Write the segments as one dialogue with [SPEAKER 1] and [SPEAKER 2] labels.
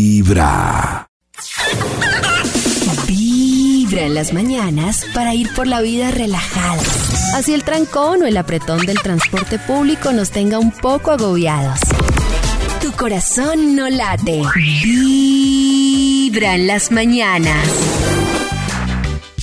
[SPEAKER 1] Vibra.
[SPEAKER 2] Vibra en las mañanas para ir por la vida relajada. Así el trancón o el apretón del transporte público nos tenga un poco agobiados. Tu corazón no late. Vibra en las mañanas.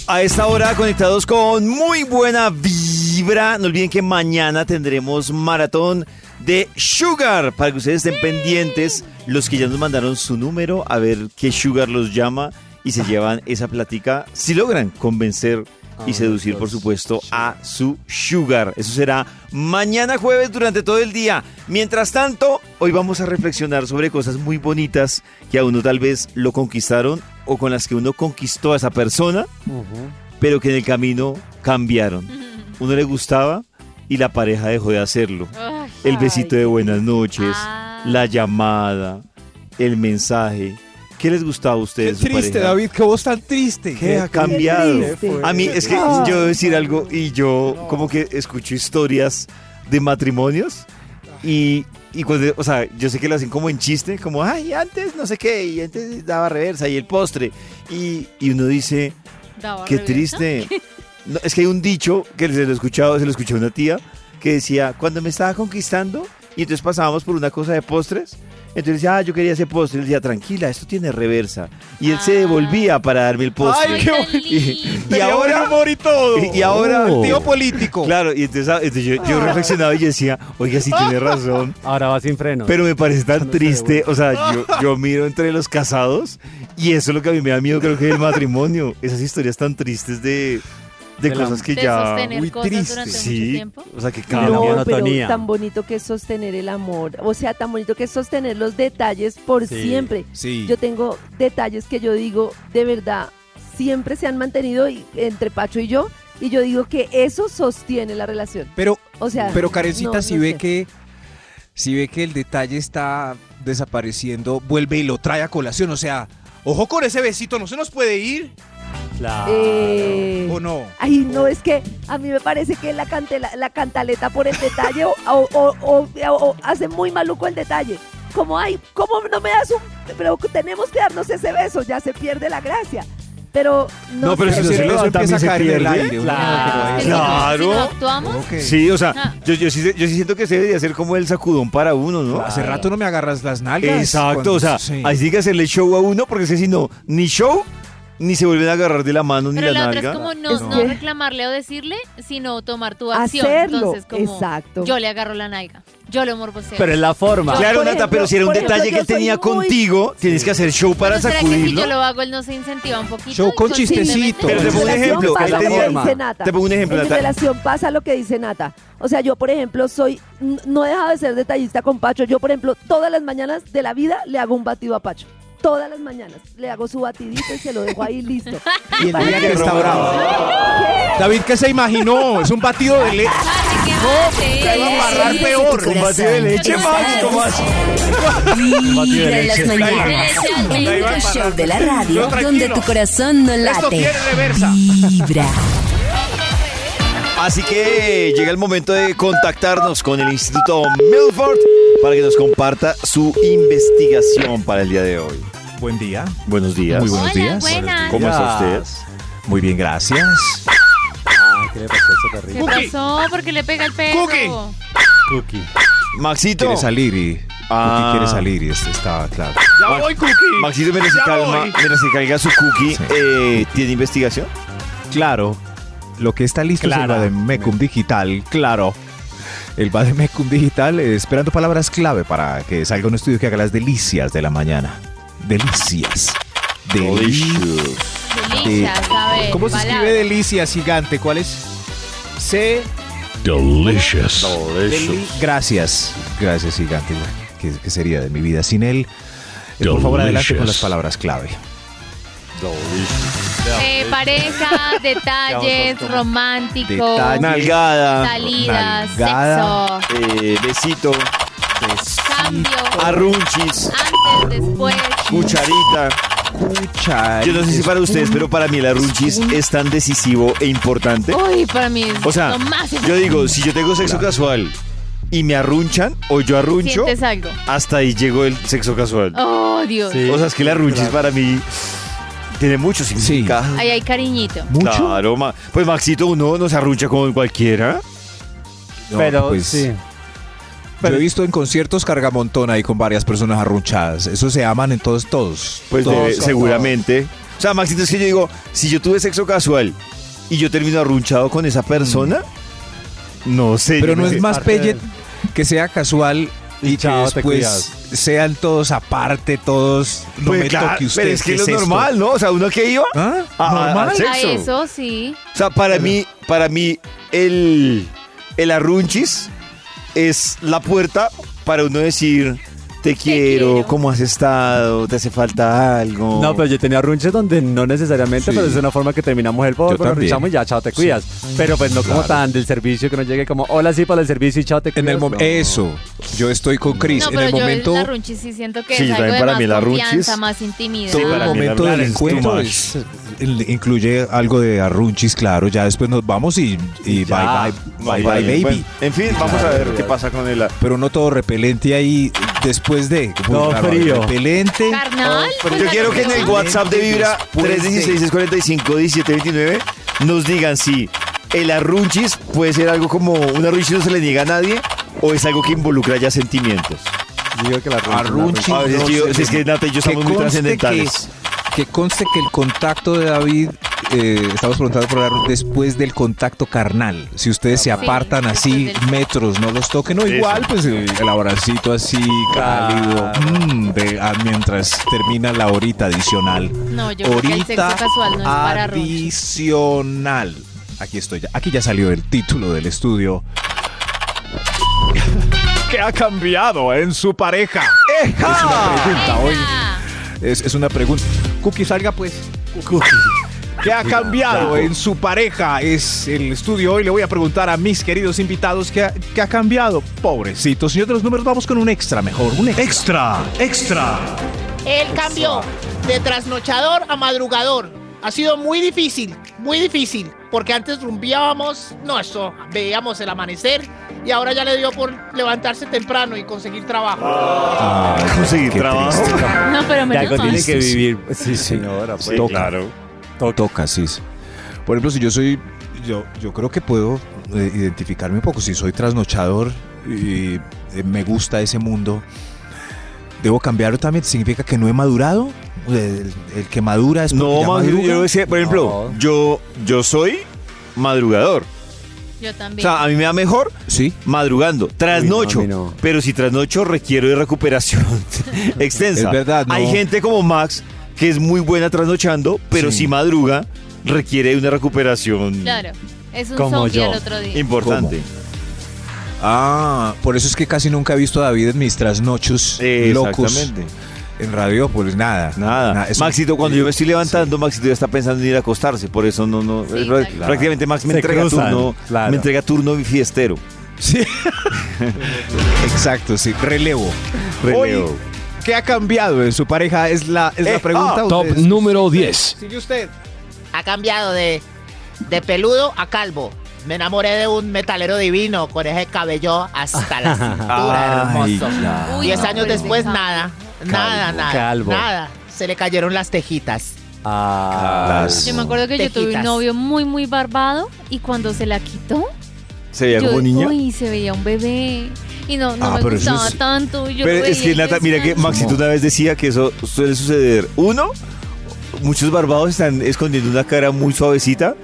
[SPEAKER 3] A esta hora conectados con muy buena vibra. No olviden que mañana tendremos maratón de Sugar para que ustedes estén pendientes. Los que ya nos mandaron su número a ver qué Sugar los llama y se llevan esa plática. Si logran convencer y seducir, por supuesto, a su Sugar. Eso será mañana jueves durante todo el día. Mientras tanto, hoy vamos a reflexionar sobre cosas muy bonitas que a uno tal vez lo conquistaron o con las que uno conquistó a esa persona, pero que en el camino cambiaron. Uno le gustaba y la pareja dejó de hacerlo. El besito de buenas noches, la llamada, el mensaje. ¿Qué les gustaba a
[SPEAKER 4] Qué
[SPEAKER 3] ustedes? de su
[SPEAKER 4] triste,
[SPEAKER 3] pareja?
[SPEAKER 4] David, que vos tan triste.
[SPEAKER 3] ¿Qué Ah. ha cambiado?
[SPEAKER 4] triste. Ah.
[SPEAKER 3] A mí es que yo debo decir algo y yo como que escucho historias de matrimonios y, y cuando, o sea, yo sé que lo hacen como en chiste, como, ay, antes no sé qué, y antes daba reversa y el postre. Y, y uno dice,
[SPEAKER 5] Daba
[SPEAKER 3] qué
[SPEAKER 5] reversa.
[SPEAKER 3] triste. No, es que hay un dicho que se lo he escuchado, se lo escuché a una tía que decía, cuando me estaba conquistando y entonces pasábamos por una cosa de postres, entonces decía, ah, yo quería ese postre, y él decía, tranquila, esto tiene reversa. Y él se
[SPEAKER 5] Ah.
[SPEAKER 3] devolvía para darme el postre.
[SPEAKER 5] Ay,
[SPEAKER 4] qué
[SPEAKER 5] tan
[SPEAKER 3] Y,
[SPEAKER 5] lindo.
[SPEAKER 3] y ahora,
[SPEAKER 4] humor y todo. Uh.
[SPEAKER 3] y, y ahora,
[SPEAKER 4] El Oh. tío
[SPEAKER 6] pues,
[SPEAKER 4] político.
[SPEAKER 3] claro, y entonces, ah, entonces yo, yo reflexionaba y yo decía, oiga, sí tiene razón,
[SPEAKER 7] Ahora va sin freno.
[SPEAKER 3] pero me parece tan triste, o sea, yo, yo miro entre los casados y eso es lo que a mí me da miedo, creo que es el matrimonio, esas historias tan tristes de, de
[SPEAKER 7] Del
[SPEAKER 3] cosas
[SPEAKER 7] amor.
[SPEAKER 3] que
[SPEAKER 5] de
[SPEAKER 3] ya...
[SPEAKER 5] sostener
[SPEAKER 4] muy
[SPEAKER 5] cosas
[SPEAKER 4] triste.
[SPEAKER 5] durante mucho
[SPEAKER 3] Sí,
[SPEAKER 5] tiempo.
[SPEAKER 3] o sea, que
[SPEAKER 7] la
[SPEAKER 3] cambia.
[SPEAKER 8] no,
[SPEAKER 7] monotonía.
[SPEAKER 8] pero tan bonito que es sostener el amor. O sea, tan bonito que es sostener los detalles por
[SPEAKER 7] Sí.
[SPEAKER 8] siempre.
[SPEAKER 4] Sí.
[SPEAKER 8] Yo tengo detalles que yo digo, de verdad, siempre se han mantenido y- entre Pacho y yo. Y yo digo que eso sostiene la relación.
[SPEAKER 4] Pero,
[SPEAKER 8] O sea,
[SPEAKER 4] pero Karencita,
[SPEAKER 8] no,
[SPEAKER 4] si
[SPEAKER 8] no
[SPEAKER 4] ve
[SPEAKER 8] sé.
[SPEAKER 4] que si ve que el detalle está desapareciendo, vuelve y lo trae a colación. O sea, ojo con ese besito, no se nos puede ir.
[SPEAKER 7] Claro.
[SPEAKER 8] Eh,
[SPEAKER 4] ¿O no?
[SPEAKER 8] Ay, no, es que a mí me parece que la, cantela- la cantaleta por el detalle o, o- o- o- o hace muy maluco el detalle. Como, ay, ¿cómo no me das un...? Pero tenemos que darnos ese beso, ya se pierde la gracia. Pero no,
[SPEAKER 3] No, pero si
[SPEAKER 8] sé.
[SPEAKER 3] no se lo
[SPEAKER 4] eso
[SPEAKER 3] dan, también
[SPEAKER 4] empieza a
[SPEAKER 3] se
[SPEAKER 4] caer del
[SPEAKER 3] pierde.
[SPEAKER 4] aire, ¿no?
[SPEAKER 7] Claro.
[SPEAKER 5] Es que
[SPEAKER 3] Claro.
[SPEAKER 5] Si no actuamos,
[SPEAKER 4] Ok.
[SPEAKER 3] Sí, o sea,
[SPEAKER 5] Ah.
[SPEAKER 3] yo, yo, sí, yo sí siento que se debería hacer como el sacudón para uno, ¿no?
[SPEAKER 4] Hace rato no me agarras las nalgas.
[SPEAKER 3] Exacto,
[SPEAKER 4] Cuando-
[SPEAKER 3] o sea,
[SPEAKER 4] sí.
[SPEAKER 3] ahí sí que hacerle show a uno, porque es que si no, ni show, ni se vuelven a agarrar de la mano, ni
[SPEAKER 5] pero
[SPEAKER 3] la
[SPEAKER 5] la otra
[SPEAKER 3] nalga.
[SPEAKER 5] es como no,
[SPEAKER 8] Es
[SPEAKER 5] no
[SPEAKER 8] que-
[SPEAKER 5] reclamarle o decirle, sino tomar tu acción.
[SPEAKER 8] hacerlo.
[SPEAKER 5] Entonces, como
[SPEAKER 8] Exacto.
[SPEAKER 5] yo le agarro la nalga, yo lo morboseo.
[SPEAKER 7] Pero es la forma.
[SPEAKER 3] Claro,
[SPEAKER 8] Por
[SPEAKER 3] Nata,
[SPEAKER 8] ejemplo,
[SPEAKER 3] pero si era un
[SPEAKER 8] por ejemplo,
[SPEAKER 3] detalle que
[SPEAKER 8] yo
[SPEAKER 3] él tenía
[SPEAKER 8] soy muy-
[SPEAKER 3] contigo, tienes que hacer show para
[SPEAKER 5] ¿No será que si
[SPEAKER 3] sacudirlo.
[SPEAKER 5] yo lo hago, él no se incentiva un poquito.
[SPEAKER 4] Show con
[SPEAKER 5] Y
[SPEAKER 4] chistecito.
[SPEAKER 3] Pero te pongo un
[SPEAKER 8] relación
[SPEAKER 3] ejemplo,
[SPEAKER 8] pasa
[SPEAKER 3] él
[SPEAKER 8] lo que
[SPEAKER 3] tenía-
[SPEAKER 8] dice Nata.
[SPEAKER 3] Te pongo un ejemplo,
[SPEAKER 8] En mi
[SPEAKER 3] Nata.
[SPEAKER 8] relación pasa lo que dice Nata. O sea, yo, por ejemplo, soy. n- No he dejado de ser detallista con Pacho. Yo, por ejemplo, todas las mañanas de la vida le hago un batido a Pacho. Todas las mañanas. Le hago su batidito y se lo dejo ahí listo.
[SPEAKER 4] Y el día que está bravo.
[SPEAKER 8] ¿Qué?
[SPEAKER 4] David, ¿qué se imaginó? Es un batido de leche.
[SPEAKER 5] Te
[SPEAKER 4] va a embarrar
[SPEAKER 2] Sirve
[SPEAKER 4] peor,
[SPEAKER 2] tu
[SPEAKER 4] un
[SPEAKER 2] corazón.
[SPEAKER 3] batido de leche,
[SPEAKER 2] Tú
[SPEAKER 3] Max,
[SPEAKER 2] sabes.
[SPEAKER 3] ¿cómo así?
[SPEAKER 7] Batido
[SPEAKER 2] Vibra
[SPEAKER 7] de
[SPEAKER 2] en las
[SPEAKER 7] leche.
[SPEAKER 2] mañanas. El
[SPEAKER 5] La
[SPEAKER 2] único show de la radio
[SPEAKER 4] No, tranquilo.
[SPEAKER 2] donde tu corazón no
[SPEAKER 4] Esto
[SPEAKER 2] late.
[SPEAKER 4] tiene reversa.
[SPEAKER 2] Vibra.
[SPEAKER 3] Así que llega el momento de contactarnos con el Instituto Milford para que nos comparta su investigación para el día de hoy.
[SPEAKER 4] Buen día.
[SPEAKER 3] Buenos días.
[SPEAKER 4] Muy buenos
[SPEAKER 5] Hola,
[SPEAKER 4] días.
[SPEAKER 5] buenas.
[SPEAKER 3] ¿Cómo está
[SPEAKER 7] Ya.
[SPEAKER 3] usted?
[SPEAKER 4] Muy bien, gracias.
[SPEAKER 7] Ah, ¿Qué le pasó a ese perrito?
[SPEAKER 5] ¿Qué pasó? ¿Por qué le pega el perro?
[SPEAKER 4] Cookie.
[SPEAKER 7] Cookie.
[SPEAKER 3] Maxito.
[SPEAKER 4] Quiere salir y.
[SPEAKER 3] Ah.
[SPEAKER 4] Cookie quiere salir y este está claro.
[SPEAKER 3] Ma- Maxito, mientras se calma, mientras se caiga su cookie,
[SPEAKER 4] Sí.
[SPEAKER 3] eh, ¿tiene investigación?
[SPEAKER 4] Claro. Lo que está listo
[SPEAKER 7] Clara.
[SPEAKER 4] es el Bademecum Digital, claro. El Bademecum Digital, eh, esperando palabras clave para que salga un estudio que haga las delicias de la mañana. Delicias. Delicias.
[SPEAKER 5] Delicias, a ver.
[SPEAKER 4] ¿Cómo se
[SPEAKER 5] palabras.
[SPEAKER 4] escribe delicias gigante? ¿Cuál es? C.
[SPEAKER 9] Delicious.
[SPEAKER 4] Deli- Gracias, gracias gigante. ¿Qué, qué sería de mi vida sin él? Eh, por favor, adelante con las
[SPEAKER 9] Delicious.
[SPEAKER 4] palabras clave.
[SPEAKER 5] Eh, pareja, detalles, románticos,
[SPEAKER 4] Detalles,
[SPEAKER 3] Nalgada,
[SPEAKER 5] salidas,
[SPEAKER 4] nalgada,
[SPEAKER 5] sexo,
[SPEAKER 3] eh, besito,
[SPEAKER 5] cambio,
[SPEAKER 3] arrunchis,
[SPEAKER 5] antes, después.
[SPEAKER 8] Ah.
[SPEAKER 3] cucharita.
[SPEAKER 4] Cuchar-
[SPEAKER 3] Yo no sé si para ustedes, pero para mí el arrunchis es tan decisivo e importante.
[SPEAKER 5] Uy, para mí es
[SPEAKER 3] O sea,
[SPEAKER 5] lo más
[SPEAKER 3] Yo digo, si yo tengo sexo casual y me arrunchan o yo arruncho,
[SPEAKER 5] Sientes algo.
[SPEAKER 3] hasta ahí llegó el sexo casual.
[SPEAKER 5] Oh, Dios.
[SPEAKER 7] Sí.
[SPEAKER 3] O sea, es que la arrunches para mí tiene mucho significado.
[SPEAKER 5] Ahí hay cariñito.
[SPEAKER 4] ¿Mucho?
[SPEAKER 3] Claro, ma- pues Maxito, uno no se arruncha con cualquiera.
[SPEAKER 4] No,
[SPEAKER 7] Pero
[SPEAKER 4] pues,
[SPEAKER 7] sí.
[SPEAKER 4] Yo he visto en conciertos cargamontón ahí con varias personas arrunchadas. Eso se aman en todos, todos.
[SPEAKER 3] Pues
[SPEAKER 4] Todos,
[SPEAKER 3] debe-
[SPEAKER 4] todos.
[SPEAKER 3] seguramente. O sea, Maxito, es que yo digo, si yo tuve sexo casual y yo termino arrunchado con esa persona,
[SPEAKER 7] Mm.
[SPEAKER 3] no sé.
[SPEAKER 4] Pero
[SPEAKER 3] yo
[SPEAKER 4] no
[SPEAKER 3] me-
[SPEAKER 4] es más
[SPEAKER 7] parte
[SPEAKER 4] pellet que sea casual y,
[SPEAKER 7] Y chao,
[SPEAKER 4] que
[SPEAKER 7] te
[SPEAKER 4] después
[SPEAKER 7] cuidas.
[SPEAKER 4] sean todos aparte, todos. No
[SPEAKER 3] Pues
[SPEAKER 4] me
[SPEAKER 3] claro,
[SPEAKER 4] toque usted.
[SPEAKER 3] pero es que
[SPEAKER 4] ¿qué
[SPEAKER 3] es lo
[SPEAKER 4] esto?
[SPEAKER 3] normal, ¿no? O sea, uno que iba.
[SPEAKER 4] ¿Ah?
[SPEAKER 3] Ah, ah,
[SPEAKER 4] ¿Normal?
[SPEAKER 3] ah, sí.
[SPEAKER 5] A
[SPEAKER 3] Sexo.
[SPEAKER 5] eso sí.
[SPEAKER 3] O sea, para mí, para mí, el, el arrunchis es la puerta para uno decir. Te quiero,
[SPEAKER 5] quiero".
[SPEAKER 3] ¿cómo has estado? ¿Te hace falta algo?
[SPEAKER 7] No, pero yo tenía runches donde no necesariamente,
[SPEAKER 4] Sí.
[SPEAKER 7] pero es una forma que terminamos el favor,
[SPEAKER 4] Yo
[SPEAKER 7] pero
[SPEAKER 4] también.
[SPEAKER 7] arrunchamos y ya, chao, te cuidas. Pero pues no como
[SPEAKER 4] Claro.
[SPEAKER 7] tan del servicio que no llegue como, hola, sí, para el servicio y chao, te cuidas.
[SPEAKER 4] En el mom-
[SPEAKER 7] No.
[SPEAKER 4] Eso. Yo estoy con Chris.
[SPEAKER 5] No,
[SPEAKER 4] en
[SPEAKER 5] pero
[SPEAKER 4] el
[SPEAKER 5] yo
[SPEAKER 4] momento.
[SPEAKER 5] la runchi sí siento que
[SPEAKER 3] Sí,
[SPEAKER 5] es algo
[SPEAKER 3] también
[SPEAKER 5] de
[SPEAKER 3] para
[SPEAKER 5] más
[SPEAKER 3] mí la runchis-
[SPEAKER 5] confianza, más intimidad.
[SPEAKER 3] Sí,
[SPEAKER 4] todo
[SPEAKER 3] para
[SPEAKER 4] el
[SPEAKER 3] mí
[SPEAKER 4] momento
[SPEAKER 3] hablar
[SPEAKER 4] del
[SPEAKER 3] es too
[SPEAKER 4] encuentro
[SPEAKER 3] much.
[SPEAKER 4] es- el- incluye algo de arrunchis, claro. Ya después nos vamos y, y bye,
[SPEAKER 7] Ya.
[SPEAKER 4] bye, bye, bye, baby.
[SPEAKER 3] Bueno, en fin, vamos a ver qué pasa con el.
[SPEAKER 4] Pero no todo repelente ahí después de.
[SPEAKER 7] Todo frío.
[SPEAKER 4] Repelente.
[SPEAKER 6] Oh,
[SPEAKER 5] Carnal. pues,
[SPEAKER 3] Yo
[SPEAKER 5] la
[SPEAKER 3] quiero que en el
[SPEAKER 5] cuestión-
[SPEAKER 3] WhatsApp de Vibra
[SPEAKER 4] Después de-
[SPEAKER 3] 316-645-1729 nos digan si el arrunchis puede ser algo como un arrunchis no se le niega a nadie o es algo que involucra ya sentimientos.
[SPEAKER 7] Digo que la runche, la
[SPEAKER 4] Arrunchis.
[SPEAKER 3] A veces
[SPEAKER 4] no
[SPEAKER 3] yo-
[SPEAKER 4] se
[SPEAKER 3] si Ah, es que Nata y yo estamos muy
[SPEAKER 4] conste
[SPEAKER 3] trascendentales.
[SPEAKER 4] Que, que conste que el contacto de David, eh, estamos preguntando por la- después del contacto carnal. Si ustedes se apartan así
[SPEAKER 5] Ah, después del-
[SPEAKER 4] metros, no los toquen, o
[SPEAKER 3] Eso.
[SPEAKER 4] igual, pues el, el abracito así cálido,
[SPEAKER 7] Claro.
[SPEAKER 4] mm, de- ah, mientras termina la horita adicional.
[SPEAKER 5] No, yo creo que el sexo casual no es para runchis.
[SPEAKER 4] adicional. Aquí estoy ya. Aquí ya salió el título del estudio. ¿Qué ha cambiado en su pareja? Es una pregunta hoy.
[SPEAKER 5] Esa.
[SPEAKER 4] Es, es una pregunta. Cookie, salga pues. ¿Qué ha cambiado en su pareja? Es el estudio hoy. Le voy a preguntar a mis queridos invitados qué ha, qué ha cambiado. Pobrecitos. Señor de los números, vamos con un extra mejor. Un extra.
[SPEAKER 9] Extra, extra.
[SPEAKER 1] Él cambió de trasnochador a madrugador. Ha sido muy difícil, muy difícil, porque antes rumbiábamos, no, eso, veíamos el amanecer y ahora ya le dio por levantarse temprano y conseguir trabajo.
[SPEAKER 4] Ah.
[SPEAKER 3] Conseguir
[SPEAKER 4] qué
[SPEAKER 3] trabajo.
[SPEAKER 4] triste.
[SPEAKER 5] No, pero
[SPEAKER 7] De algo
[SPEAKER 5] menos mal.
[SPEAKER 7] tiene que
[SPEAKER 4] Sí, sí.
[SPEAKER 7] vivir. Sí, señora.
[SPEAKER 3] Sí,
[SPEAKER 4] Toca.
[SPEAKER 3] claro.
[SPEAKER 4] Toca, sí. sí. Por ejemplo, si yo soy. Yo, yo creo que puedo eh, identificarme un poco. Si soy trasnochador y eh, me gusta ese mundo, ¿debo cambiarlo también? ¿Significa que no he madurado? ¿El, el que madura es porque
[SPEAKER 3] No,
[SPEAKER 4] ya
[SPEAKER 3] más Oh, yo
[SPEAKER 4] madruga?
[SPEAKER 3] creo que sí, por ejemplo,
[SPEAKER 7] No.
[SPEAKER 3] yo, yo soy madrugador.
[SPEAKER 5] Yo
[SPEAKER 3] O
[SPEAKER 5] también.
[SPEAKER 3] sea, a mí me da mejor
[SPEAKER 4] Sí.
[SPEAKER 3] madrugando, trasnocho.
[SPEAKER 7] Uy, no, a mí no.
[SPEAKER 3] Pero si trasnocho requiero de recuperación extensa.
[SPEAKER 4] Es verdad, no.
[SPEAKER 3] Hay gente como Max que es muy buena trasnochando, pero
[SPEAKER 4] Sí.
[SPEAKER 3] si madruga requiere de una recuperación
[SPEAKER 5] Claro. Es un
[SPEAKER 7] Como
[SPEAKER 5] zombie
[SPEAKER 7] yo.
[SPEAKER 5] el otro día.
[SPEAKER 3] importante.
[SPEAKER 4] Ah, por eso es que casi nunca he visto a David en mis trasnochos locos
[SPEAKER 3] Exactamente.
[SPEAKER 4] en radio, pues nada.
[SPEAKER 3] Nada.
[SPEAKER 4] Nada, es un-
[SPEAKER 3] Maxito, cuando yo me estoy levantando, Maxito ya está pensando en ir a acostarse, por eso no, no.
[SPEAKER 5] Sí,
[SPEAKER 3] pra-
[SPEAKER 5] claro.
[SPEAKER 3] Prácticamente Max me
[SPEAKER 7] Se
[SPEAKER 3] entrega
[SPEAKER 7] cruzan,
[SPEAKER 3] turno,
[SPEAKER 7] claro.
[SPEAKER 3] me entrega turno y fiestero.
[SPEAKER 4] Sí. Exacto, sí. Relevo.
[SPEAKER 3] Relevo.
[SPEAKER 4] Hoy, ¿Qué ha cambiado en su pareja? Es la, es la
[SPEAKER 3] Eh,
[SPEAKER 4] pregunta.
[SPEAKER 3] ah,
[SPEAKER 9] Top
[SPEAKER 4] Ustedes-
[SPEAKER 9] número 10.
[SPEAKER 4] Sigue usted.
[SPEAKER 1] Ha cambiado de, de peludo a calvo. Me enamoré de un metalero divino con ese cabello hasta la cintura,
[SPEAKER 3] Ay,
[SPEAKER 1] hermoso.
[SPEAKER 5] claro. Uy,
[SPEAKER 1] Diez
[SPEAKER 5] no,
[SPEAKER 1] años
[SPEAKER 5] pero
[SPEAKER 1] después,
[SPEAKER 5] deja.
[SPEAKER 1] nada, nada, nada,
[SPEAKER 7] calvo.
[SPEAKER 1] nada. Se le cayeron las tejitas.
[SPEAKER 7] Ah,
[SPEAKER 4] Las-
[SPEAKER 5] Yo me acuerdo que yo tuve un
[SPEAKER 1] Tejitas.
[SPEAKER 5] novio muy, muy barbado y cuando se la quitó,
[SPEAKER 3] Se veía
[SPEAKER 5] yo,
[SPEAKER 3] como niña.
[SPEAKER 5] uy, se veía un bebé. Y no, no
[SPEAKER 4] Ah,
[SPEAKER 5] me
[SPEAKER 4] pero eso
[SPEAKER 5] gustaba
[SPEAKER 4] es-
[SPEAKER 5] tanto. y Yo
[SPEAKER 3] Pero
[SPEAKER 5] lo
[SPEAKER 3] es
[SPEAKER 5] veía y
[SPEAKER 3] que
[SPEAKER 5] yo
[SPEAKER 3] Nata, mira
[SPEAKER 5] decía,
[SPEAKER 3] que Maxito una vez decía que eso suele suceder. Uno, muchos barbados están escondiendo una cara muy suavecita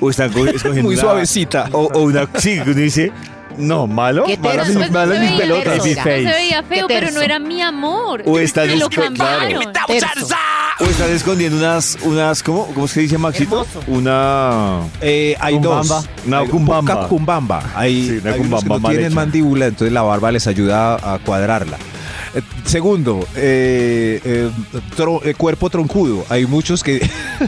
[SPEAKER 3] o están co- escogiendo
[SPEAKER 4] Muy
[SPEAKER 3] una-
[SPEAKER 4] suavecita.
[SPEAKER 3] O, o una sí, que uno dice, no, malo,
[SPEAKER 1] Qué
[SPEAKER 3] malo
[SPEAKER 1] terso,
[SPEAKER 3] mis,
[SPEAKER 5] pues, no
[SPEAKER 3] malo
[SPEAKER 5] se
[SPEAKER 3] mis
[SPEAKER 5] veía
[SPEAKER 3] pelotas.
[SPEAKER 5] eso.
[SPEAKER 7] Mi
[SPEAKER 5] No
[SPEAKER 7] face.
[SPEAKER 5] se veía feo,
[SPEAKER 1] Qué
[SPEAKER 5] pero
[SPEAKER 1] terso.
[SPEAKER 5] no era mi amor.
[SPEAKER 3] O están
[SPEAKER 5] Me lo
[SPEAKER 3] buscando-
[SPEAKER 5] cambiaron.
[SPEAKER 1] Terzo.
[SPEAKER 3] O están escondiendo unas, unas, ¿cómo, cómo es que dice Maxito?
[SPEAKER 1] Hermoso.
[SPEAKER 3] Una.
[SPEAKER 4] Eh, hay
[SPEAKER 7] Cumbamba.
[SPEAKER 4] dos.
[SPEAKER 3] Una
[SPEAKER 4] Hay-
[SPEAKER 3] cumbamba.
[SPEAKER 4] poca cumbamba. Hay,
[SPEAKER 3] Sí, una
[SPEAKER 4] hay unos que
[SPEAKER 3] cumbamba
[SPEAKER 4] no
[SPEAKER 3] mal
[SPEAKER 4] tienen
[SPEAKER 3] hecha.
[SPEAKER 4] mandíbula, entonces la barba les ayuda a cuadrarla. Eh, segundo, eh, eh, tro- eh, cuerpo troncudo. Hay muchos que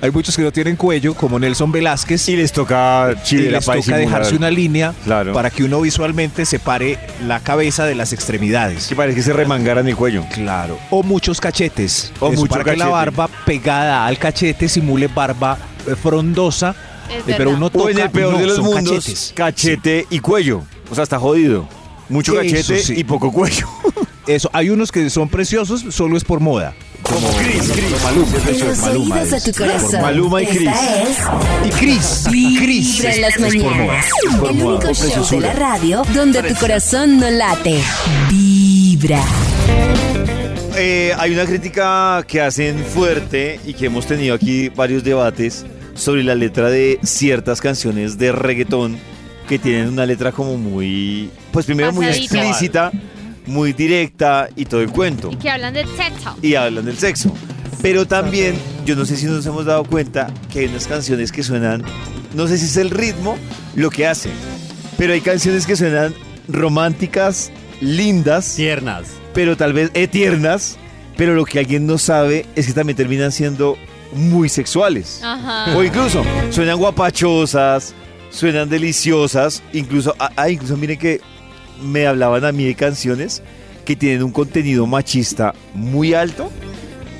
[SPEAKER 4] hay muchos que no tienen cuello, como Nelson Velázquez.
[SPEAKER 3] Y les toca chile
[SPEAKER 4] y les toca dejarse una línea
[SPEAKER 3] Claro.
[SPEAKER 4] para que uno visualmente separe la cabeza de las extremidades.
[SPEAKER 3] Que parece que se remangaran el cuello.
[SPEAKER 4] Claro. O muchos cachetes.
[SPEAKER 3] O
[SPEAKER 4] Eso,
[SPEAKER 3] mucho
[SPEAKER 4] para que la
[SPEAKER 3] cachete.
[SPEAKER 4] barba pegada al cachete simule barba eh, frondosa.
[SPEAKER 5] Es
[SPEAKER 4] eh, pero
[SPEAKER 5] verdad.
[SPEAKER 4] uno
[SPEAKER 3] O
[SPEAKER 4] toca
[SPEAKER 3] en el
[SPEAKER 4] y
[SPEAKER 3] peor
[SPEAKER 4] no,
[SPEAKER 3] de los
[SPEAKER 4] son
[SPEAKER 3] mundos,
[SPEAKER 4] cachetes.
[SPEAKER 3] cachete y cuello. O sea, está jodido. Mucho
[SPEAKER 4] Eso
[SPEAKER 3] cachete
[SPEAKER 4] sí.
[SPEAKER 3] y poco cuello.
[SPEAKER 4] Eso, hay unos que son preciosos, solo es por moda.
[SPEAKER 3] Como Chris, Chris.
[SPEAKER 2] En los oídos de tu corazón.
[SPEAKER 3] Maluma y Cris.
[SPEAKER 2] Esta es
[SPEAKER 4] Y Cris, Cris.
[SPEAKER 2] Vibra en las mañanas. El único show de la radio donde tu corazón no late. Vibra.
[SPEAKER 3] Eh, hay una crítica que hacen fuerte y que hemos tenido aquí varios debates sobre la letra de ciertas canciones de reggaetón que tienen una letra como muy, pues primero muy
[SPEAKER 5] Pasadita.
[SPEAKER 3] explícita, muy directa y todo el cuento.
[SPEAKER 5] Y que hablan de sexo.
[SPEAKER 3] y hablan del sexo. Pero también, yo no sé si nos hemos dado cuenta que hay unas canciones que suenan, no sé si es el ritmo lo que hace, pero hay canciones que suenan románticas, lindas,
[SPEAKER 10] Tiernas.
[SPEAKER 3] pero tal vez eh, tiernas, pero lo que alguien no sabe es que también terminan siendo muy sexuales.
[SPEAKER 5] Ajá.
[SPEAKER 3] O incluso suenan guapachosas, suenan deliciosas, incluso, ah, ah, incluso miren que me hablaban a mí de canciones que tienen un contenido machista muy alto,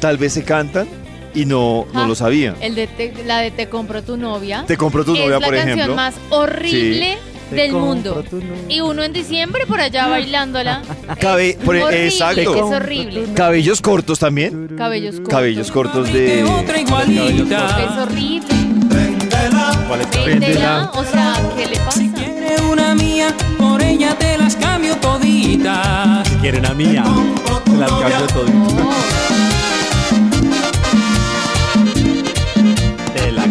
[SPEAKER 3] tal vez se cantan y no, no
[SPEAKER 5] Ah.
[SPEAKER 3] lo sabían.
[SPEAKER 5] El de te- la de Te compró tu novia.
[SPEAKER 3] Te compró tu
[SPEAKER 5] es
[SPEAKER 3] novia,
[SPEAKER 5] la
[SPEAKER 3] por
[SPEAKER 5] canción
[SPEAKER 3] ejemplo.
[SPEAKER 5] más horrible del mundo. Y uno en diciembre por allá bailándola.
[SPEAKER 3] Cabe-
[SPEAKER 5] Es
[SPEAKER 3] por- e-,
[SPEAKER 5] horrible,
[SPEAKER 3] exacto.
[SPEAKER 5] Es horrible.
[SPEAKER 3] Cabellos cortos también.
[SPEAKER 5] Cabellos cortos.
[SPEAKER 3] Cabellos cortos de...
[SPEAKER 5] Es horrible. Véndela. O sea, ¿qué le pasa?
[SPEAKER 6] una mía, por ella te las cambio toditas.
[SPEAKER 10] Quieren a mía.
[SPEAKER 7] Las cambio todo.
[SPEAKER 10] Te la